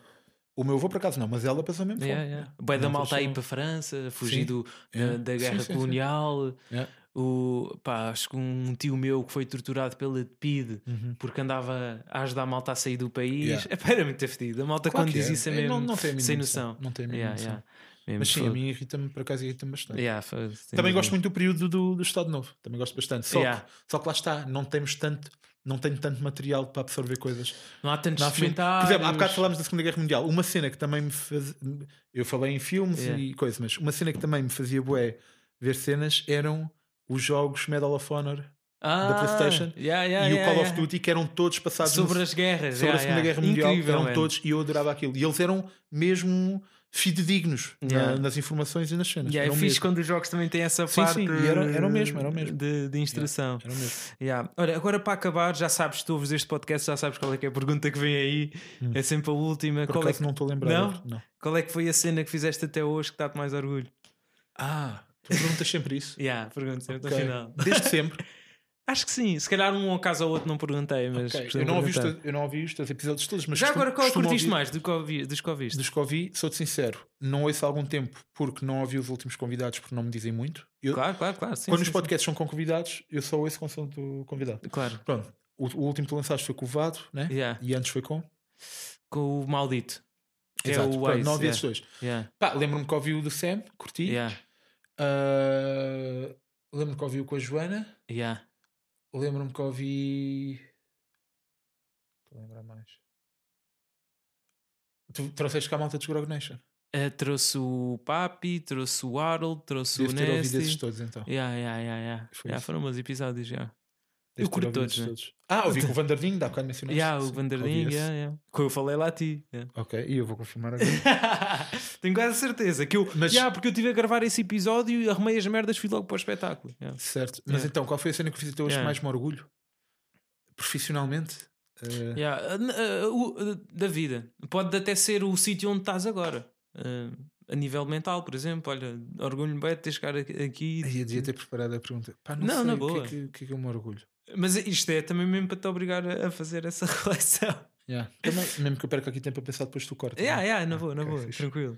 O meu avô, por acaso, não, mas ela passou mesmo fome.
Yeah, yeah. O Bué da
Não,
malta aí
deixa-
para a França, fugir
Sim.
do- da,
Yeah.
da
Sim,
guerra
sim, sim.
colonial.
Yeah.
O, pá, acho que um tio meu que foi torturado pela PID
Uhum.
porque andava a ajudar a malta a sair do país.
Yeah.
Epá, Era muito afetido. A malta
Claro
quando
que
diz
é.
isso é
Eu
mesmo
não- não tenho a mínima
sem
noção.
noção.
Não tenho a mínima
Yeah,
noção.
yeah. Mesmo
Mas sim, a
fogo.
mim irrita-me, por acaso irrita-me bastante.
Yeah, fogo, sem
Também
dúvida.
gosto muito do período do, do Estado Novo, também gosto bastante. Só,
Yeah.
que, só que lá está, não temos tanto, não tenho tanto material para absorver coisas.
Não há tantos
Não há filme-
documentários.
Por exemplo, há bocado falámos da Segunda Guerra Mundial. Uma cena que também me faz... Eu falei em filmes
Yeah.
e coisas, mas uma cena que também me fazia bué ver cenas eram os jogos Medal of Honor
Ah,
da PlayStation
yeah, yeah,
e o
yeah,
Call
yeah.
of Duty, que eram todos passados no-
sobre as guerras. yeah,
sobre a Segunda
yeah.
Guerra Mundial,
Incrível,
eram
man.
todos, e eu adorava aquilo. E eles eram mesmo fidedignos na-
Yeah.
nas informações e nas cenas.
Yeah, é
Eram
fixe
mesmo.
quando os jogos também têm essa
Sim,
parte
sim, e era- era o mesmo, era o mesmo.
de, de instrução.
Eram mesmo.
Yeah. Ora, agora para acabar, já sabes, tu ouves este podcast, já sabes qual é que é a pergunta que vem aí. É sempre a última.
Hum. Por
Qual é,
acaso
que,
não estou a lembrar.
Não?
agora, não.
qual é que foi a cena que fizeste até hoje que dá-te mais orgulho?
Ah, tu perguntas sempre isso.
Yeah, pergunta sempre
Ok.
no final.
Desde sempre.
Acho que sim, se calhar um caso ou outro não perguntei, mas
Ok,
costumo
eu, não ouvi os
perguntar.
teus, eu não ouvi os teus episódios todos, mas
Já
costumo-
agora, qual é que
costumo
curtiste
ouvir
mais do que ouvi, dos que ouviste?
Dos que ouvi, sou-te sincero, não ouço há algum tempo porque não ouvi os últimos convidados porque não me dizem muito. Eu-
Claro, claro, claro. Sim,
quando
sim,
os
sim.
podcasts são com convidados, eu só ouço consoante o convidado.
Claro,
Pronto, o, o último que tu lançaste foi com o Vado, né?
Yeah.
e antes foi com.
com o maldito. Que
Exato,
é o
pronto,
Ace,
não ouvi
yeah.
esses dois.
Yeah,
Pá, lembro-me que ouvi o do Sam, curti.
yeah.
Ah, lembro-me que ouvi-o com a Joana.
Yeah.
Lembro-me que ouvi. Estou a lembrar mais. Tu trouxeste cá a malta de Grog Nation.
Eh, trouxe o Papi, trouxe o Harold, trouxe
Devo
o
ter ouvido esses
Nasty.
todos então.
Yeah, yeah, yeah, yeah.
Foi
Yeah,
isso.
foram meus episódios, já. Eu
Devo ter
curto
ouvido
todos,
esses
né?
Ah, ouvi com o Vanderding, dá bocado mencionaste.
Yeah, o
Sim,
Vanderding,
ouvi esse.
yeah, yeah. que eu falei lá a ti. yeah.
Ok, e eu vou confirmar agora.
Tenho quase certeza que eu.
Mas-
Yeah, porque eu estive a gravar esse episódio e arrumei as merdas, fui logo para o espetáculo. Yeah.
certo. Mas
Yeah.
então, qual foi a cena que visitou hoje que
Yeah.
mais me orgulho? Profissionalmente? Eh,
Yeah, uh, n- uh, o- uh, da vida. Pode até ser o sítio onde estás agora. Uh, a nível mental, por exemplo. Olha, orgulho-me bem de ter chegado aqui- aqui.
aí Eu devia ter preparado a pergunta. Pá, não,
Não,
sei,
na
o que é
boa.
que- o que é que eu me orgulho?
Mas isto é também mesmo para te obrigar a a fazer essa relação.
Yeah. Também, mesmo que eu perca aqui tempo a pensar depois do corte.
Yeah,
né?
yeah, na boa, na
ok,
boa,
fixe.
tranquilo.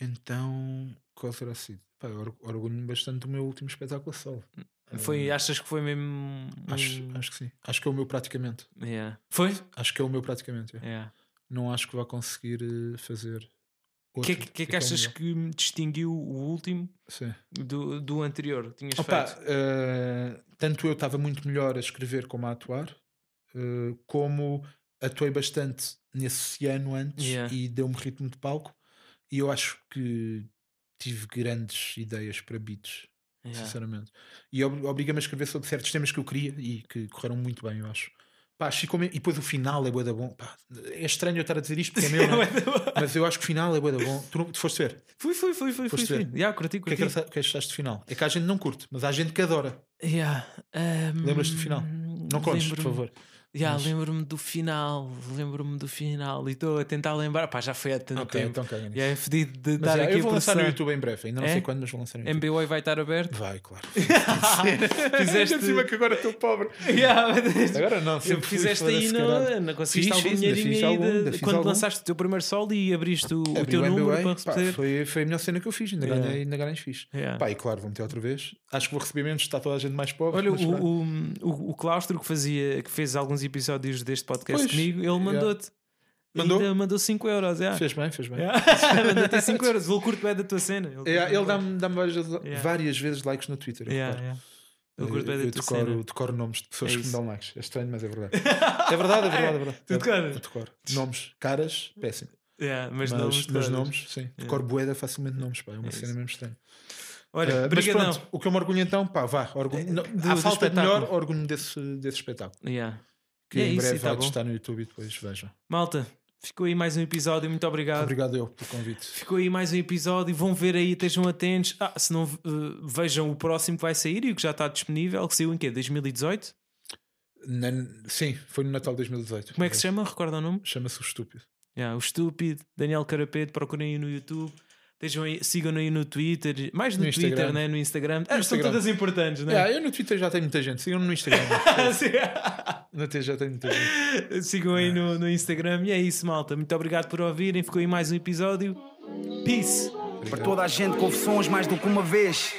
Então, qual será sido? Pá, eu or- orgulho-me bastante do meu último espetáculo a solo.
Hum, Foi, achas que foi mesmo.
Hum. Acho,
um-
acho que sim. Acho que é o meu praticamente.
Yeah. Foi?
Acho que é o meu praticamente. é.
Yeah.
Não acho que vá conseguir eh, fazer.
O que é que, que é que achas
que.
que me distinguiu o último
Sim.
do, do anterior? que Tinhas
Opa,
feito?
eh, tanto eu estava muito melhor a escrever como a atuar, eh, como atuei bastante nesse ano antes
Yeah.
e deu-me ritmo de palco. E eu acho que tive grandes ideias para beats,
Yeah.
sinceramente. E ob- obriga-me a escrever sobre certos temas que eu queria e que correram muito bem, eu acho. Pá, acho que como- e depois o final é boa da bom. Pá, é estranho eu estar a dizer isto porque é meu, não é? mas eu acho que o final é boa da bom. Tu, não, tu foste ver.
Fui, fui, fui, fui, fui.
Foste
fui.
ver.
Yeah, curti,
O que é
curti.
que acha- o que achaste do final? É que há gente que não curte, mas há gente que adora.
Yeah, um,
Lembras-te do final? Não contes, por
lembro-me-
favor.
Yeah,
Mas-
Lembro-me do final, lembro-me do final e estou a tentar lembrar. Pá, já foi há tanto
Ok,
tempo.
então caga nisso.
Yeah, é fedido de
Mas
dar
é,
aqui
eu vou
a
lançar
processar.
no YouTube em breve, ainda não
É?
sei quando, mas vou lançar no YouTube.
MBOI vai estar aberto.
Vai, claro.
Fizeste-
Ainda por cima que agora estou pobre.
Yeah, mas-
Agora não,
Sempre
sempre fui
fizeste
foda-se,
aí,
caralho.
não, não conseguiste
Fiz,
algum
fiz, ainda fiz
dinheirinho aí
algum,
de-
ainda fiz
quando
algum.
lançaste o teu primeiro solo e abriste o, o
Abri
teu
o
número
MBA,
para
pá,
receber. É.
foi, foi a melhor cena que eu fiz, ainda
Yeah.
ganhei, ainda ganhei fixe.
Yeah.
Pá, e claro, vou meter outra vez. Acho que vou receber menos, está toda a gente mais pobre.
Olha,
mas pá.
o, o, o, o Claustro que, fazia, que fez alguns episódios deste podcast
Pois,
comigo, ele
yeah.
mandou-te.
Mandou?
Ainda mandou 5 euros. Yeah.
Fez bem, fez bem.
Yeah. Mandou-te 5 euros. Ele curte bem da tua cena. Ele, curte
É,
bué.
ele dá-me dá-me várias,
Yeah.
várias vezes likes no Twitter. eu
Yeah,
reparo.
yeah. Ele curte bem
eu
da tua cena.
decoro, decoro nomes de pessoas
É
que me
isso.
dão likes. É estranho, mas é verdade. é verdade, é verdade. É verdade.
Tu
Eu-
decoras?
eu decoro. Nomes, caras, péssimo.
Yeah, mas
Mas,
não
mas,
me trazes.
nomes, sim. Decoro boeda facilmente nomes, pá. É uma
É
cena
isso.
mesmo estranha.
Olha,
Ah, mas
brigadão.
pronto, o que eu me orgulho então, pá, vá. Orgulho, não,
do-
à
do
falta de melhor,
espetáculo.
orgulho desse, desse espetáculo.
Yeah.
Que
E é
em
isso,
breve
e tá
vai
bom.
estar no YouTube e depois vejam.
Malta, ficou aí mais um episódio. Muito obrigado.
Obrigado eu pelo convite.
Ficou aí mais um episódio. Vão ver aí, estejam atentos. Ah, se não, eh, vejam o próximo que vai sair e o que já está disponível, que saiu em quê? 2018?
Na- sim, foi no Natal de 2018.
Como é que se chama? Recorda o nome?
Chama-se o Estúpido.
Yeah, o Estúpido, Daniel Carapeto. Procurem aí no YouTube. Estejam aí, sigam aí no Twitter. Mais no,
No
Twitter,
Instagram.
né? no Instagram. Ah,
Instagram.
São todas importantes, não é?
Ah, eu no Twitter já tenho muita gente. Sigam-me no Instagram. no Twitter já tenho muita gente.
sigam aí no, no Instagram. E é isso, malta. Muito obrigado por ouvirem. Ficou aí mais um episódio. Peace!
Para toda a gente, confissões mais do que uma vez.